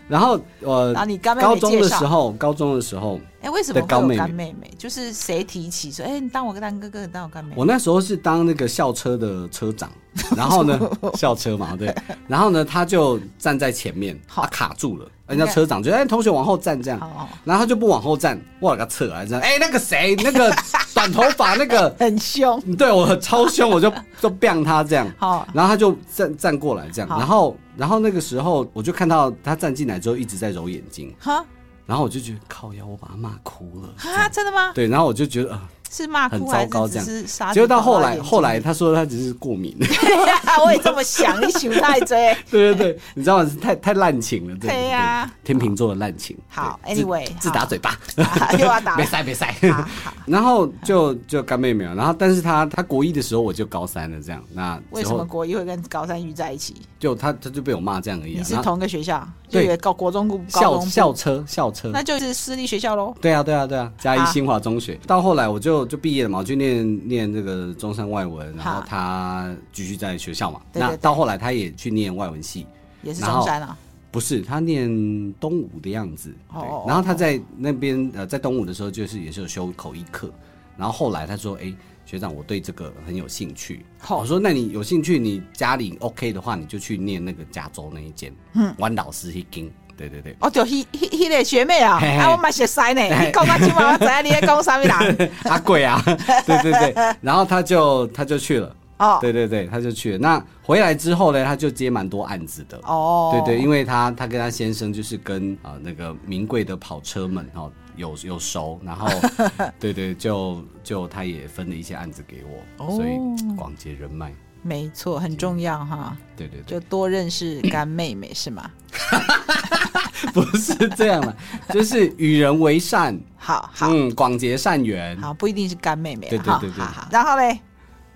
[SPEAKER 2] 然后呃
[SPEAKER 1] 然后，你干妹妹
[SPEAKER 2] 高中的
[SPEAKER 1] 介绍
[SPEAKER 2] 时候，高中的时候，
[SPEAKER 1] 哎，为什么
[SPEAKER 2] 的高
[SPEAKER 1] 会
[SPEAKER 2] 妹
[SPEAKER 1] 有
[SPEAKER 2] 妹
[SPEAKER 1] 干妹妹？就是谁提起说，哎，你当我干哥哥，你当我干妹妹
[SPEAKER 2] 我。那时候是当那个校车的
[SPEAKER 1] [LAUGHS]
[SPEAKER 2] 车长，然后呢，校车嘛，对，然后呢，他就站在前面，他卡住了，人家车长就哎，同学往后站这样
[SPEAKER 1] 哦，
[SPEAKER 2] 然后他就不往后站，我个扯来着，哎，那个谁，那个短头发那个，
[SPEAKER 1] 很凶，
[SPEAKER 2] [LAUGHS] 对我超
[SPEAKER 1] [LAUGHS]
[SPEAKER 2] 凶，我就就 biang 他这样，
[SPEAKER 1] 好
[SPEAKER 2] 然后他就站站过来这样，
[SPEAKER 1] 好
[SPEAKER 2] 然后然后那个时候我就看到他站进来之后一直在揉眼睛，
[SPEAKER 1] 哈
[SPEAKER 2] 然后我就觉得靠腰，我把他骂哭
[SPEAKER 1] [LAUGHS]
[SPEAKER 2] 了，
[SPEAKER 1] 啊，真的吗？
[SPEAKER 2] 对，然后我就觉得。啊
[SPEAKER 1] 是骂
[SPEAKER 2] 很
[SPEAKER 1] 哭
[SPEAKER 2] 糟
[SPEAKER 1] 还
[SPEAKER 2] 糕
[SPEAKER 1] 是
[SPEAKER 2] 这
[SPEAKER 1] 只是杀猪
[SPEAKER 2] 样。结果到
[SPEAKER 1] 跑
[SPEAKER 2] 后
[SPEAKER 1] 到
[SPEAKER 2] 来，
[SPEAKER 1] 眼睛
[SPEAKER 2] 后来
[SPEAKER 1] 里
[SPEAKER 2] 他说他只是过
[SPEAKER 1] [LAUGHS]
[SPEAKER 2] 敏，[LAUGHS]
[SPEAKER 1] 我也这么想，一宿太追。
[SPEAKER 2] 对对对，你知道吗？太太滥情了，对
[SPEAKER 1] 对呀
[SPEAKER 2] 天秤座的滥情。
[SPEAKER 1] 好
[SPEAKER 2] 对自
[SPEAKER 1] anyway，
[SPEAKER 2] 自打嘴巴，
[SPEAKER 1] [LAUGHS] 又要
[SPEAKER 2] [LAUGHS]
[SPEAKER 1] 打
[SPEAKER 2] 别塞别塞
[SPEAKER 1] 好好。
[SPEAKER 2] [LAUGHS] 然后就就干妹妹了，然后但是她她国一的时候我就高三了，这样那
[SPEAKER 1] 为
[SPEAKER 2] 之
[SPEAKER 1] 什么
[SPEAKER 2] 后
[SPEAKER 1] 国一会跟高三遇在一起？
[SPEAKER 2] 就她她就被我骂这样而已、啊。
[SPEAKER 1] 你是
[SPEAKER 2] 然后
[SPEAKER 1] 同一个学校，就
[SPEAKER 2] 对
[SPEAKER 1] 也高国中部、高
[SPEAKER 2] 校
[SPEAKER 1] 中部，
[SPEAKER 2] 校车校车，
[SPEAKER 1] 那就是私立学校喽。
[SPEAKER 2] 对啊，对啊，对啊，嘉义
[SPEAKER 1] 啊
[SPEAKER 2] 新华中学。到后来我就就毕业了嘛，我去念念这个中山外文，然后
[SPEAKER 1] 好
[SPEAKER 2] 他继续在学校嘛。
[SPEAKER 1] 对对
[SPEAKER 2] 那
[SPEAKER 1] 对
[SPEAKER 2] 到后来他也去念外文系，
[SPEAKER 1] 也是
[SPEAKER 2] 然后
[SPEAKER 1] 中山啊，
[SPEAKER 2] 不是他念东吴的样子。对
[SPEAKER 1] 哦
[SPEAKER 2] 然后他在那边呃，在东吴的时候就是也是有修口译课，然后后来他说，哎。学长，我对这个很有兴趣。
[SPEAKER 1] 好
[SPEAKER 2] 我说，那你有兴趣，你家里 OK 的话，你就去念那个加州那一间，嗯，弯老师一经，对对对，
[SPEAKER 1] 哦，就迄迄迄个学妹啊，
[SPEAKER 2] 嘿嘿
[SPEAKER 1] 啊，我嘛熟悉呢。你讲到今晚，我知影你在讲啥物
[SPEAKER 2] [LAUGHS]
[SPEAKER 1] 人。
[SPEAKER 2] 阿贵啊，对对对，然后他就他就去了。
[SPEAKER 1] 哦
[SPEAKER 2] 对对对，他就去了。那回来之后呢，他就接蛮多案子的。
[SPEAKER 1] 哦，
[SPEAKER 2] 对对，因为他他跟他先生就是跟啊、呃那个名贵的跑车们哦有有熟，
[SPEAKER 1] [LAUGHS]
[SPEAKER 2] 然后对对，就就他也分了一些案子给我，
[SPEAKER 1] 哦
[SPEAKER 2] 所以广结人脉。
[SPEAKER 1] 没错，很重要哈，
[SPEAKER 2] 对对
[SPEAKER 1] 就
[SPEAKER 2] 对，
[SPEAKER 1] 多认识干妹妹是吗？
[SPEAKER 2] 不是这
[SPEAKER 1] [LAUGHS]
[SPEAKER 2] 样的，就是与人为善，
[SPEAKER 1] 好好
[SPEAKER 2] 嗯，广结善缘。
[SPEAKER 1] 好，不一定是干妹妹啦，
[SPEAKER 2] 对对
[SPEAKER 1] 哈
[SPEAKER 2] 对对
[SPEAKER 1] 好好然后嘞，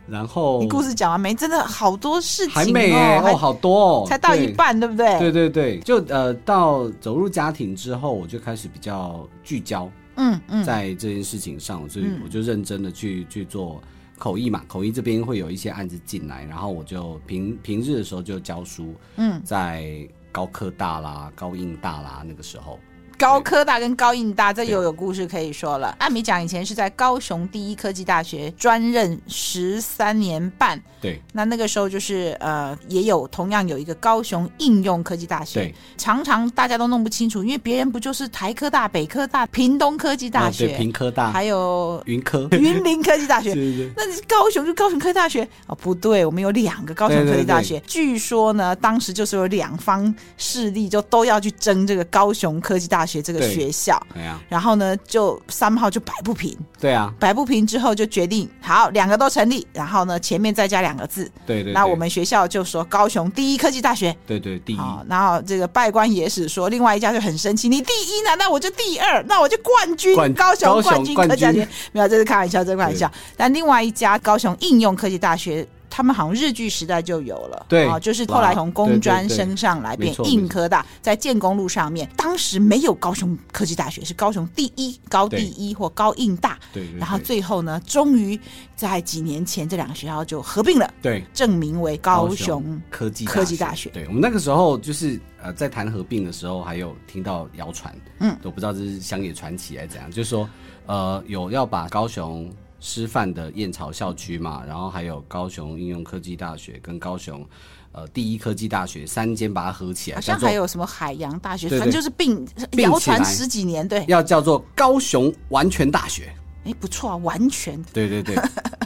[SPEAKER 2] 然后
[SPEAKER 1] 你故事讲完没？真的好多事情
[SPEAKER 2] 还没欸哦，
[SPEAKER 1] 还
[SPEAKER 2] 好多哦，
[SPEAKER 1] 才到一
[SPEAKER 2] 对
[SPEAKER 1] 半，对不对？
[SPEAKER 2] 对对对，就呃，到走入家庭之后，我就开始比较聚焦
[SPEAKER 1] 嗯嗯，
[SPEAKER 2] 在这件事情上，所以我就认真的去去做口译嘛。口译这边会有一些案子进来，然后我就平平日的时候就教书，
[SPEAKER 1] 嗯，
[SPEAKER 2] 在高科大啦、高应大啦那个时候，
[SPEAKER 1] 高科大跟高应大这又有故事可以说了。按米讲以前是在高雄第一科技大学专任十三年半，
[SPEAKER 2] 对
[SPEAKER 1] 那那个时候就是呃，也有同样有一个高雄应用科技大学
[SPEAKER 2] 对，，
[SPEAKER 1] 常常大家都弄不清楚，因为别人不就是台科大、北科大、屏东科技大
[SPEAKER 2] 啊
[SPEAKER 1] 学，
[SPEAKER 2] 对平科大、
[SPEAKER 1] 还有呃 [LAUGHS]
[SPEAKER 2] 云科，
[SPEAKER 1] 云林科技大
[SPEAKER 2] [LAUGHS]
[SPEAKER 1] 学。
[SPEAKER 2] 对对
[SPEAKER 1] 那你高雄就高雄科技大学哦，不对，我们有两个高雄科技大学。据说呢，当时就是有两方势力就都要去争这个高雄科技大学这个
[SPEAKER 2] 对
[SPEAKER 1] 学校，
[SPEAKER 2] 对啊，
[SPEAKER 1] 然后呢就三号就摆不平，
[SPEAKER 2] 对啊，
[SPEAKER 1] 摆不平之后就决定好两个都成立，然后呢前面再加两个字，
[SPEAKER 2] 对对对。
[SPEAKER 1] 那我们学校就说高雄第一科技大学。
[SPEAKER 2] 对对第一，
[SPEAKER 1] 好，然后这个拜官野史说，另外一家就很生气，你第一难道我就第二？那我就冠军，
[SPEAKER 2] 冠
[SPEAKER 1] 高
[SPEAKER 2] 高
[SPEAKER 1] 雄
[SPEAKER 2] 雄
[SPEAKER 1] 冠军
[SPEAKER 2] 冠
[SPEAKER 1] 科技大
[SPEAKER 2] 军
[SPEAKER 1] 学。没有，这是开玩笑，这是开玩笑。但另外一家高雄应用科技大学。他们好像日据时代就有了，
[SPEAKER 2] 对
[SPEAKER 1] 啊，就是后来从工专
[SPEAKER 2] 对对对
[SPEAKER 1] 升上来
[SPEAKER 2] 没
[SPEAKER 1] 变
[SPEAKER 2] 错
[SPEAKER 1] 应科大，在建工路上面，当时没有高雄科技大学，是高雄第一、高第一或高应大，
[SPEAKER 2] 对对对，
[SPEAKER 1] 然后最后呢，终于在几年前这两个学校就合并了，
[SPEAKER 2] 对
[SPEAKER 1] 证明为高雄
[SPEAKER 2] 科技
[SPEAKER 1] 科技大学
[SPEAKER 2] 对我们那个时候就是呃，在谈合并的时候，还有听到谣传，
[SPEAKER 1] 嗯，
[SPEAKER 2] 我不知道这是乡野传奇还是怎样，就是说呃，有要把高雄师范的燕巢校区嘛，然后还有高雄应用科技大学跟高雄呃第一科技大学三间把它合起来，
[SPEAKER 1] 好
[SPEAKER 2] 叫
[SPEAKER 1] 像
[SPEAKER 2] 做
[SPEAKER 1] 还有什么海洋大学，
[SPEAKER 2] 对对
[SPEAKER 1] 反正就是并
[SPEAKER 2] 并起来
[SPEAKER 1] 谣传十几年，对，
[SPEAKER 2] 要叫做高雄完全大学，
[SPEAKER 1] 哎，不错啊，完全，[LAUGHS]
[SPEAKER 2] 对对对，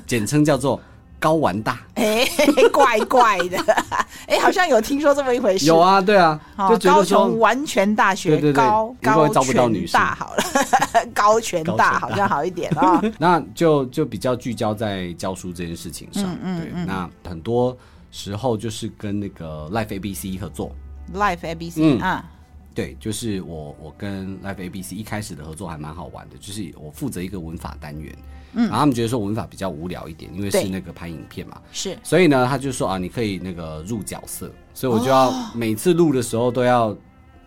[SPEAKER 2] 简称叫做高完大。
[SPEAKER 1] 哎， [LAUGHS] 怪怪的， [LAUGHS] 哎，好像有听说这么一回事，
[SPEAKER 2] 有啊，对啊，
[SPEAKER 1] 哦
[SPEAKER 2] 就，觉
[SPEAKER 1] 高
[SPEAKER 2] 得说
[SPEAKER 1] 雄完全大学
[SPEAKER 2] 对对对
[SPEAKER 1] 高
[SPEAKER 2] 难怪招
[SPEAKER 1] 高
[SPEAKER 2] 不到
[SPEAKER 1] 全
[SPEAKER 2] 女
[SPEAKER 1] 大好了， [LAUGHS] 高全
[SPEAKER 2] 高全
[SPEAKER 1] 大
[SPEAKER 2] 大
[SPEAKER 1] 好像好一点啊、
[SPEAKER 2] [LAUGHS]
[SPEAKER 1] 哦。
[SPEAKER 2] 那就就比较聚焦在教书这件事情
[SPEAKER 1] 嗯
[SPEAKER 2] 上。对，那很多时候就是跟那个 Life ABC 合作。
[SPEAKER 1] Life ABC
[SPEAKER 2] 嗯
[SPEAKER 1] 啊，
[SPEAKER 2] 对，就是我我跟 Life ABC 一开始的合作还蛮好玩的，就是我负责一个文法单元，嗯，然后他们觉得说文法比较无聊一点，因为
[SPEAKER 1] 对
[SPEAKER 2] 是那个拍影片嘛，
[SPEAKER 1] 是
[SPEAKER 2] 所以呢他就说啊，你可以那个入角色，所以我就要
[SPEAKER 1] 哦
[SPEAKER 2] 每次录的时候都要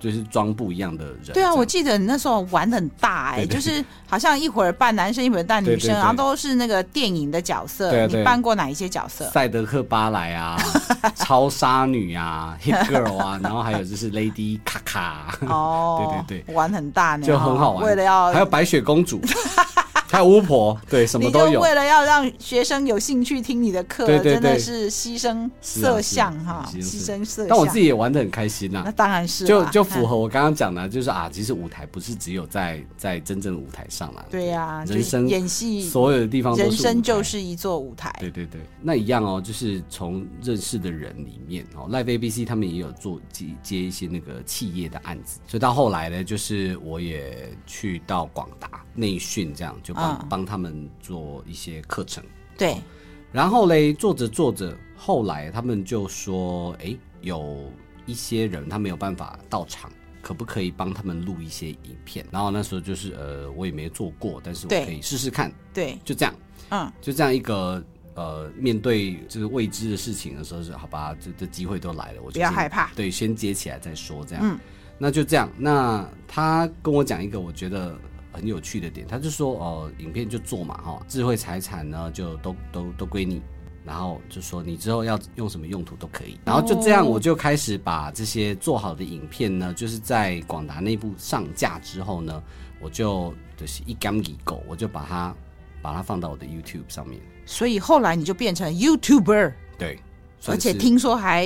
[SPEAKER 2] 就是装不一样的人。
[SPEAKER 1] 对
[SPEAKER 2] 这
[SPEAKER 1] 啊，
[SPEAKER 2] 样
[SPEAKER 1] 我记得你那时候玩得很大哎、
[SPEAKER 2] 对对
[SPEAKER 1] 就是好像一会儿扮男生，一会儿扮女
[SPEAKER 2] 对
[SPEAKER 1] 生，
[SPEAKER 2] 对对
[SPEAKER 1] 然后都是那个电影的角色。
[SPEAKER 2] 对啊对啊
[SPEAKER 1] 你扮过哪一些角色？
[SPEAKER 2] 赛德克巴
[SPEAKER 1] [LAUGHS]
[SPEAKER 2] 莱啊，超杀女啊，Hit Girl 啊，然后还有就是 Lady 卡
[SPEAKER 1] [LAUGHS]
[SPEAKER 2] [LAUGHS] 卡，
[SPEAKER 1] 哦，
[SPEAKER 2] 对对
[SPEAKER 1] 对，玩很大呢，哦
[SPEAKER 2] 就很好玩。
[SPEAKER 1] 为了要
[SPEAKER 2] 还有白雪
[SPEAKER 1] [LAUGHS]
[SPEAKER 2] 公主，还有巫婆，对，什么
[SPEAKER 1] 你
[SPEAKER 2] 都
[SPEAKER 1] 就
[SPEAKER 2] 有。
[SPEAKER 1] 为了要让学生有兴趣听你的课，
[SPEAKER 2] 对对
[SPEAKER 1] 真的
[SPEAKER 2] 对
[SPEAKER 1] 是牺牲
[SPEAKER 2] 是
[SPEAKER 1] 色
[SPEAKER 2] 啊是啊
[SPEAKER 1] 相哈，
[SPEAKER 2] 是啊
[SPEAKER 1] 牺
[SPEAKER 2] 是啊
[SPEAKER 1] 牲色相。
[SPEAKER 2] 但我自己也玩的很开心呐、
[SPEAKER 1] 那当然是
[SPEAKER 2] 就
[SPEAKER 1] 啦
[SPEAKER 2] 就
[SPEAKER 1] 嗯
[SPEAKER 2] 符合我刚刚讲的，就是啊，其实舞台不是只有在在真正的舞台上啦，
[SPEAKER 1] 对呀、就
[SPEAKER 2] 人
[SPEAKER 1] 是
[SPEAKER 2] 生
[SPEAKER 1] 演戏，
[SPEAKER 2] 所有的地方都是
[SPEAKER 1] 人生
[SPEAKER 2] 舞
[SPEAKER 1] 就
[SPEAKER 2] 台啊
[SPEAKER 1] 是一座舞台。
[SPEAKER 2] 对对对，那一样哦，就是从认识的人里面哦，Live ABC 他们也有做接接一些那个企业的案子，所以到后来呢，就是我也去到广达内训，这样就帮、
[SPEAKER 1] 嗯
[SPEAKER 2] 帮他们做一些课程。
[SPEAKER 1] 对，
[SPEAKER 2] 然后嘞，做着做着，后来他们就说，诶，有一些人他没有办法到场。可不可以帮他们录一些影片？然后那时候就是呃，我也没做过，但是我
[SPEAKER 1] 对
[SPEAKER 2] 可以试试看，
[SPEAKER 1] 对，
[SPEAKER 2] 就这样。
[SPEAKER 1] 嗯，
[SPEAKER 2] 就这样一个呃，面对就是未知的事情的时候是，好吧，这这机会都来了，我就
[SPEAKER 1] 不要
[SPEAKER 2] 先
[SPEAKER 1] 害怕
[SPEAKER 2] 对，先接起来再说，这样，
[SPEAKER 1] 嗯
[SPEAKER 2] 那就这样。那他跟我讲一个我觉得很有趣的点，他就说哦、影片就做嘛，哈、智慧财产呢就都都都归你。然后就说你之后要用什么用途都可以，然后就这样，
[SPEAKER 1] 哦
[SPEAKER 2] 我就开始把这些做好的影片呢，就是在广达内部上架之后呢，我就就是一干一狗，我就把它把它放到我的 YouTube 上面。
[SPEAKER 1] 所以后来你就变成 YouTuber，
[SPEAKER 2] 对，
[SPEAKER 1] 而
[SPEAKER 2] 算
[SPEAKER 1] 且
[SPEAKER 2] 是
[SPEAKER 1] 听说还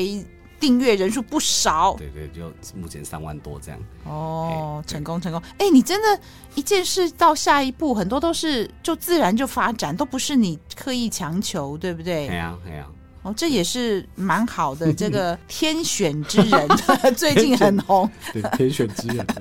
[SPEAKER 1] 订阅人数不少。
[SPEAKER 2] 对对，就目前三万多这样。
[SPEAKER 1] 哦
[SPEAKER 2] 哎，对
[SPEAKER 1] 成功成功！哎、你真的，一件事到下一步，很多都是就自然就发展，都不是你刻意强求，对不对？
[SPEAKER 2] 哎呀哎呀，
[SPEAKER 1] 哦，这也是蛮好
[SPEAKER 2] [LAUGHS]
[SPEAKER 1] 的，这个天选之人最近很红。
[SPEAKER 2] 对，天选之人。对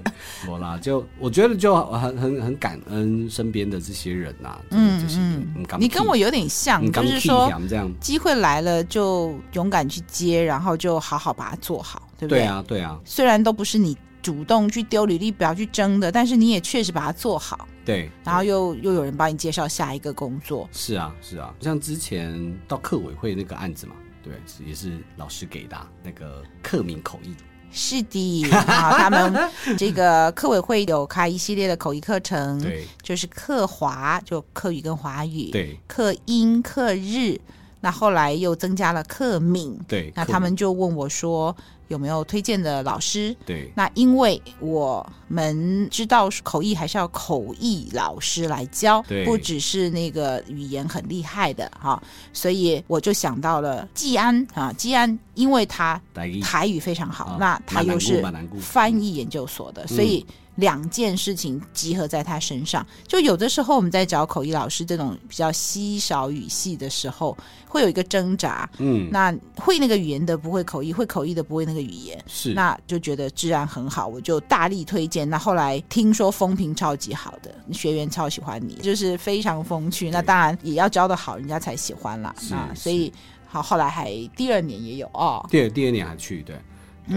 [SPEAKER 2] [LAUGHS] 我啦，就我觉得就很很很感恩身边的这些人呐、嗯 [LAUGHS] 就是嗯，感
[SPEAKER 1] 你跟我
[SPEAKER 2] 激
[SPEAKER 1] 有点像，
[SPEAKER 2] 嗯
[SPEAKER 1] 就
[SPEAKER 2] 感
[SPEAKER 1] 是
[SPEAKER 2] 激
[SPEAKER 1] 说
[SPEAKER 2] 这样。
[SPEAKER 1] 机会来了就勇敢去接，然后就好好把它做好，对不
[SPEAKER 2] 对啊对啊
[SPEAKER 1] 虽然都不是你主动去丢履历表去争的，但是你也确实把它做好，
[SPEAKER 2] 对，啊
[SPEAKER 1] 然后又又有人帮你介绍下一个工作。
[SPEAKER 2] 是啊是啊，像之前到课委会那个案子嘛。对，是也是老师给的啊、那个课名口译，
[SPEAKER 1] 是的，啊，他们这个科委会有开一系列的口译课程，
[SPEAKER 2] 对
[SPEAKER 1] 就是课华，就课语跟华语，，
[SPEAKER 2] 对
[SPEAKER 1] 课英、课日，那后来又增加了课闽，
[SPEAKER 2] 对，
[SPEAKER 1] 那
[SPEAKER 2] 课
[SPEAKER 1] 他
[SPEAKER 2] 名
[SPEAKER 1] 们就问我说有没有推荐的老师。
[SPEAKER 2] 对
[SPEAKER 1] 那因为我们知道口译还是要口译老师来教
[SPEAKER 2] 对，
[SPEAKER 1] 不只是那个语言很厉害的哈、所以我就想到了季安啊，季安，因为他
[SPEAKER 2] 台语
[SPEAKER 1] 台语非常好，
[SPEAKER 2] 啊
[SPEAKER 1] 那他又是
[SPEAKER 2] 马南固马南固嗯
[SPEAKER 1] 翻译研究所的，所以两件事情集合在他身上。就有的时候我们在找口译老师这种比较稀少语系的时候，会有一个挣扎。
[SPEAKER 2] 嗯，
[SPEAKER 1] 那会那个语言的不会口译，会口译的不会那个语言，
[SPEAKER 2] 是
[SPEAKER 1] 那就觉得治安很好，我就大力推荐。那后来听说风评超级好的，学员超喜欢你，就是非常风趣。那
[SPEAKER 2] 对
[SPEAKER 1] 当然也要教的好，人家才喜欢啦。
[SPEAKER 2] 是
[SPEAKER 1] 那
[SPEAKER 2] 是
[SPEAKER 1] 所以好，后来还第二年也有哦，
[SPEAKER 2] 第二第二年还去，对，对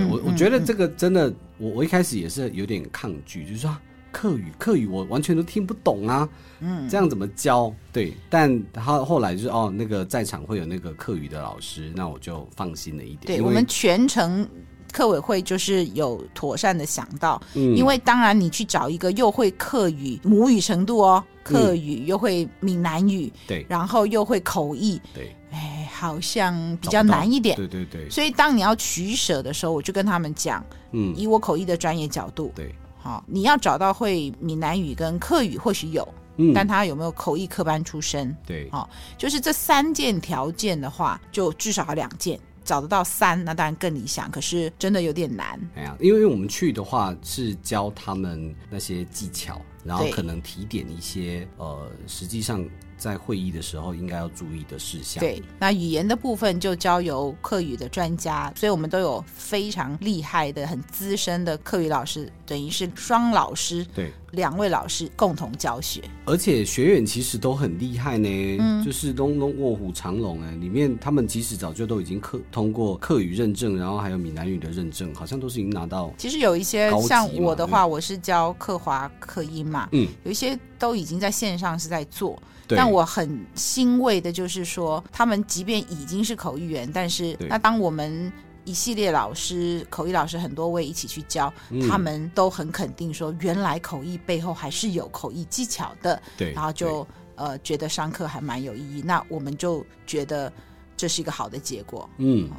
[SPEAKER 1] 嗯
[SPEAKER 2] 我我
[SPEAKER 1] 嗯
[SPEAKER 2] 觉得这个真的，我我一开始也是有点抗拒，就是说啊客语客语我完全都听不懂啊，嗯，这样怎么教？对，但他后来就是哦，那个在场会有那个客语的老师，那我就放心了一点，
[SPEAKER 1] 对
[SPEAKER 2] 因
[SPEAKER 1] 我
[SPEAKER 2] 为
[SPEAKER 1] 们全程。客委会就是有妥善的想到，
[SPEAKER 2] 嗯
[SPEAKER 1] 因为当然你去找一个又会客语母语程度哦，
[SPEAKER 2] 嗯
[SPEAKER 1] 客语、又会闽南语，
[SPEAKER 2] 对
[SPEAKER 1] 然后又会口译，
[SPEAKER 2] 对
[SPEAKER 1] 哎，好像比
[SPEAKER 2] 找
[SPEAKER 1] 较
[SPEAKER 2] 不到
[SPEAKER 1] 难一点。
[SPEAKER 2] 对对对，
[SPEAKER 1] 所以当你要取舍的时候，我就跟他们讲，
[SPEAKER 2] 嗯，
[SPEAKER 1] 以我口译的专业角度，
[SPEAKER 2] 对，
[SPEAKER 1] 好、你要找到会闽南语跟客语或许有，
[SPEAKER 2] 嗯，
[SPEAKER 1] 但他有没有口译科班出身，
[SPEAKER 2] 对
[SPEAKER 1] 好就是这三件条件的话，就至少要两件。找得到三，那当然更理想，可是真的有点难。
[SPEAKER 2] 哎呀，因为我们去的话是教他们那些技巧，然后
[SPEAKER 1] 对
[SPEAKER 2] 可能提点一些呃，实际上在会议的时候应该要注意的事项。
[SPEAKER 1] 对，那语言的部分就交由客语的专家，所以我们都有非常厉害的、很资深的客语老师，等于是双老师，
[SPEAKER 2] 对，
[SPEAKER 1] 两位老师共同教学。
[SPEAKER 2] 而且学员其实都很厉害呢，
[SPEAKER 1] 嗯
[SPEAKER 2] 就是龙龙卧虎藏龙哎，里面他们其实早就都已经课通过课语认证，然后还有闽南语的认证，好像都是已经拿到
[SPEAKER 1] 其实有一些
[SPEAKER 2] 高级
[SPEAKER 1] 像
[SPEAKER 2] 嘛
[SPEAKER 1] 我的话，我是教客华、客音嘛，
[SPEAKER 2] 嗯，
[SPEAKER 1] 有一些都已经在线上是在做，
[SPEAKER 2] 对，
[SPEAKER 1] 但我很欣慰的就是说，他们即便已经是口译员，但是
[SPEAKER 2] 对
[SPEAKER 1] 那当我们。一系列老师，口译老师很多位一起去教，
[SPEAKER 2] 嗯
[SPEAKER 1] 他们都很肯定说，原来口译背后还是有口译技巧的，
[SPEAKER 2] 对，
[SPEAKER 1] 然后就呃觉得上课还蛮有意义，那我们就觉得这是一个好的结果。
[SPEAKER 2] 对嗯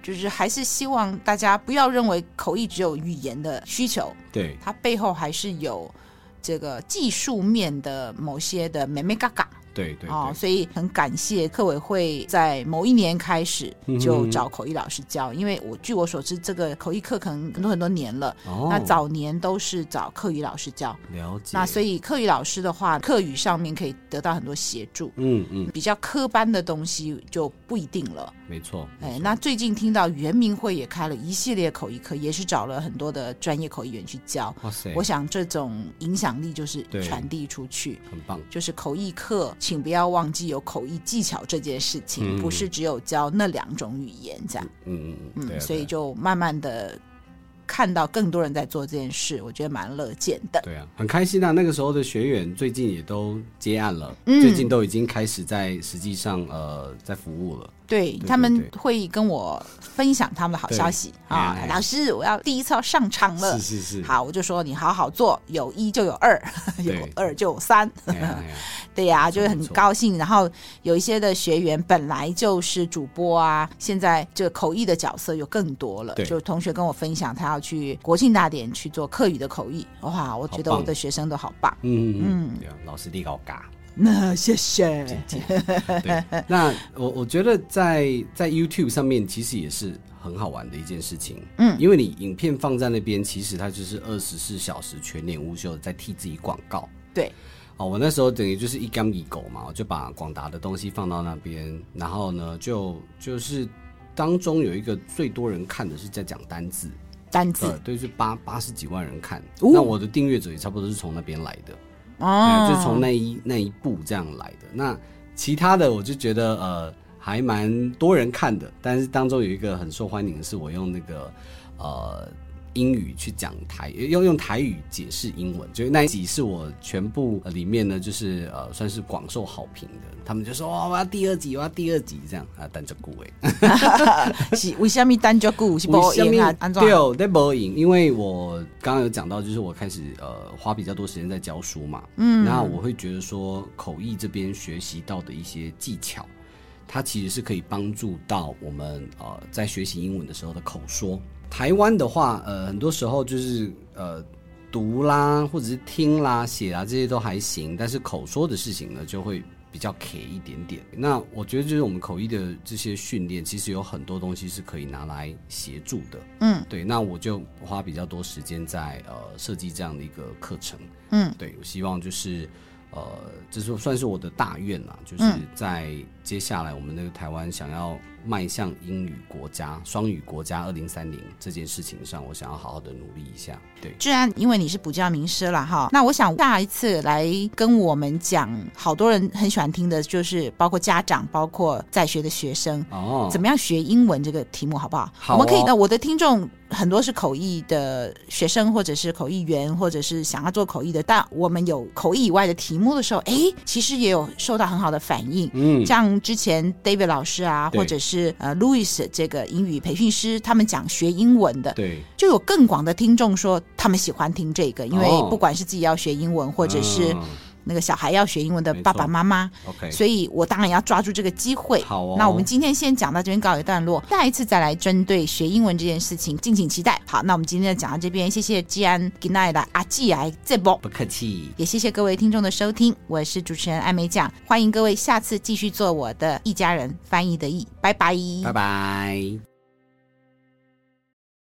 [SPEAKER 1] 就是还是希望大家不要认为口译只有语言的需求，
[SPEAKER 2] 对
[SPEAKER 1] 它背后还是有这个技术面的某些的美美嘎嘎
[SPEAKER 2] 对对
[SPEAKER 1] 哦
[SPEAKER 2] 对，
[SPEAKER 1] 所以很感谢客委会在某一年开始
[SPEAKER 2] 嗯哼
[SPEAKER 1] 就找口译老师教，因为我据我所知，这个口译课可能很多很多年了，
[SPEAKER 2] 哦，
[SPEAKER 1] 那早年都是找客语老师教，
[SPEAKER 2] 了解，
[SPEAKER 1] 那所
[SPEAKER 2] 以
[SPEAKER 1] 以客语老师的话，课语上面可以得到很多协助，
[SPEAKER 2] 嗯嗯，
[SPEAKER 1] 比较科班的东西就不一定了。
[SPEAKER 2] 没错，没
[SPEAKER 1] 哎，
[SPEAKER 2] 错
[SPEAKER 1] 那最近听到圆明会也开了一系列口译课，也是找了很多的专业口译员去教。
[SPEAKER 2] 哇塞，
[SPEAKER 1] 我想这种影响力就是
[SPEAKER 2] 对
[SPEAKER 1] 传递出去，
[SPEAKER 2] 很棒，
[SPEAKER 1] 就是口译课，请不要忘记有口译技巧这件事情，
[SPEAKER 2] 嗯
[SPEAKER 1] 不是只有教那两种语言这样。
[SPEAKER 2] 嗯嗯嗯，对
[SPEAKER 1] 嗯，
[SPEAKER 2] 啊
[SPEAKER 1] 所以
[SPEAKER 2] 对啊
[SPEAKER 1] 就慢慢的看到更多人在做这件事，我觉得蛮乐见的。
[SPEAKER 2] 对啊，很开心啊！那个时候的学员最近也都接案了，
[SPEAKER 1] 嗯
[SPEAKER 2] 最近都已经开始在实际上呃在服务了。
[SPEAKER 1] 对
[SPEAKER 2] 对
[SPEAKER 1] 他们
[SPEAKER 2] 对
[SPEAKER 1] 会跟我分享他们的好
[SPEAKER 2] 对
[SPEAKER 1] 消息啊
[SPEAKER 2] 哎，
[SPEAKER 1] 老师，我要第一次要上场了
[SPEAKER 2] 是。是是，
[SPEAKER 1] 好，我就说你好好做，有一就有二， [LAUGHS] 有
[SPEAKER 2] 对
[SPEAKER 1] 二就有三，
[SPEAKER 2] 哎呀哎呀
[SPEAKER 1] 对呀、
[SPEAKER 2] 没错
[SPEAKER 1] 就是很
[SPEAKER 2] 没错
[SPEAKER 1] 高兴。然后有一些的学员本来就是主播啊，现在这口译的角色又更多了。
[SPEAKER 2] 对
[SPEAKER 1] 就同学跟我分享，他要去国庆大典去做课语的口译，哇，我觉得
[SPEAKER 2] 好棒
[SPEAKER 1] 我的学生都好棒。 [LAUGHS]
[SPEAKER 2] 嗯嗯嗯，对啊，老师力高嘎。
[SPEAKER 1] 那谢谢。
[SPEAKER 2] 对，那我我觉得在在 YouTube 上面其实也是很好玩的一件事情，
[SPEAKER 1] 嗯
[SPEAKER 2] 因为你影片放在那边，其实它就是二十四小时全年无休地在替自己广告。
[SPEAKER 1] [LAUGHS] 对，
[SPEAKER 2] 哦，我那时候等于就是一干一狗嘛，我就把广达的东西放到那边，然后呢，就就是当中有一个最多人看的是在讲单字，
[SPEAKER 1] 单字
[SPEAKER 2] 呃，对，就八八十几万人看，
[SPEAKER 1] 哦
[SPEAKER 2] 那我的订阅者也差不多是从那边来的，哎，就从
[SPEAKER 1] 哦，
[SPEAKER 2] 那一那一步这样来的。那其他的我就觉得呃还蛮多人看的，但是当中有一个很受欢迎的是我用那个呃英语去讲台，呃用用台语解释英文，就是那一集是我全部呃里面呢就是呃算是广受好评的，他们就说哦哇我要第二集，我要第二集这样啊，但这顾伟。
[SPEAKER 1] [LAUGHS] 是为什么单脚骨是
[SPEAKER 2] 我
[SPEAKER 1] 播音啊？安装
[SPEAKER 2] 对，哦在播音，因为我刚刚有讲到，就是我开始呃花比较多时间在教书嘛，嗯，那我会觉得说口译这边学习到的一些技巧，它其实是可以帮助到我们呃在学习英文的时候的口说。台湾的话，呃，很多时候就是呃啊读啦，或者是听啦、写啦，这些都还行，但是口说的事情呢，就会比较 K 一点点。那我觉得就是我们口译的这些训练，其实有很多东西是可以拿来协助的。
[SPEAKER 1] 嗯
[SPEAKER 2] 对，那我就花比较多时间在呃设计这样的一个课程。
[SPEAKER 1] 嗯
[SPEAKER 2] 对，我希望就是呃，这是算是我的大愿啦，就是
[SPEAKER 1] 嗯
[SPEAKER 2] 在接下来我们那个台湾想要迈向英语国家、双语国家二零三零这件事情上，我想要好好的努力一下。对，
[SPEAKER 1] 居然因为你是补教名师了哈，那我想下一次来跟我们讲，好多人很喜欢听的就是包括家长，包括在学的学生。
[SPEAKER 2] 哦，
[SPEAKER 1] 怎么样学英文这个题目好不好？
[SPEAKER 2] 好哦
[SPEAKER 1] 我们可以那我的听众很多是口译的学生，或者是口译员，或者是想要做口译的。但我们有口译以外的题目的时候，诶，其实也有受到很好的反应。
[SPEAKER 2] 嗯，
[SPEAKER 1] 像之前 David 老师啊，
[SPEAKER 2] 对
[SPEAKER 1] 或者是呃 Louis 这个英语培训师，他们讲学英文的，
[SPEAKER 2] 对，
[SPEAKER 1] 就有更广的听众说他们喜欢听这个，因为
[SPEAKER 2] 哦
[SPEAKER 1] 不管是自己要学英文，或者是
[SPEAKER 2] 嗯
[SPEAKER 1] 那个小孩要学英文的
[SPEAKER 2] 没错
[SPEAKER 1] 爸爸妈妈，
[SPEAKER 2] OK，
[SPEAKER 1] 所以我当然要抓住这个机会。
[SPEAKER 2] 好哦，
[SPEAKER 1] 那我们今天先讲到这边告一段落，下一次再来针对学英文这件事情，敬请期待。好，那我们今天就讲到这边，谢谢吉安吉奈的阿季来这波，
[SPEAKER 2] 不客气。
[SPEAKER 1] 也谢谢各位听众的收听，我是主持人艾美奖，欢迎各位下次继续做我的一家人翻译的译，拜拜，拜
[SPEAKER 2] 拜拜。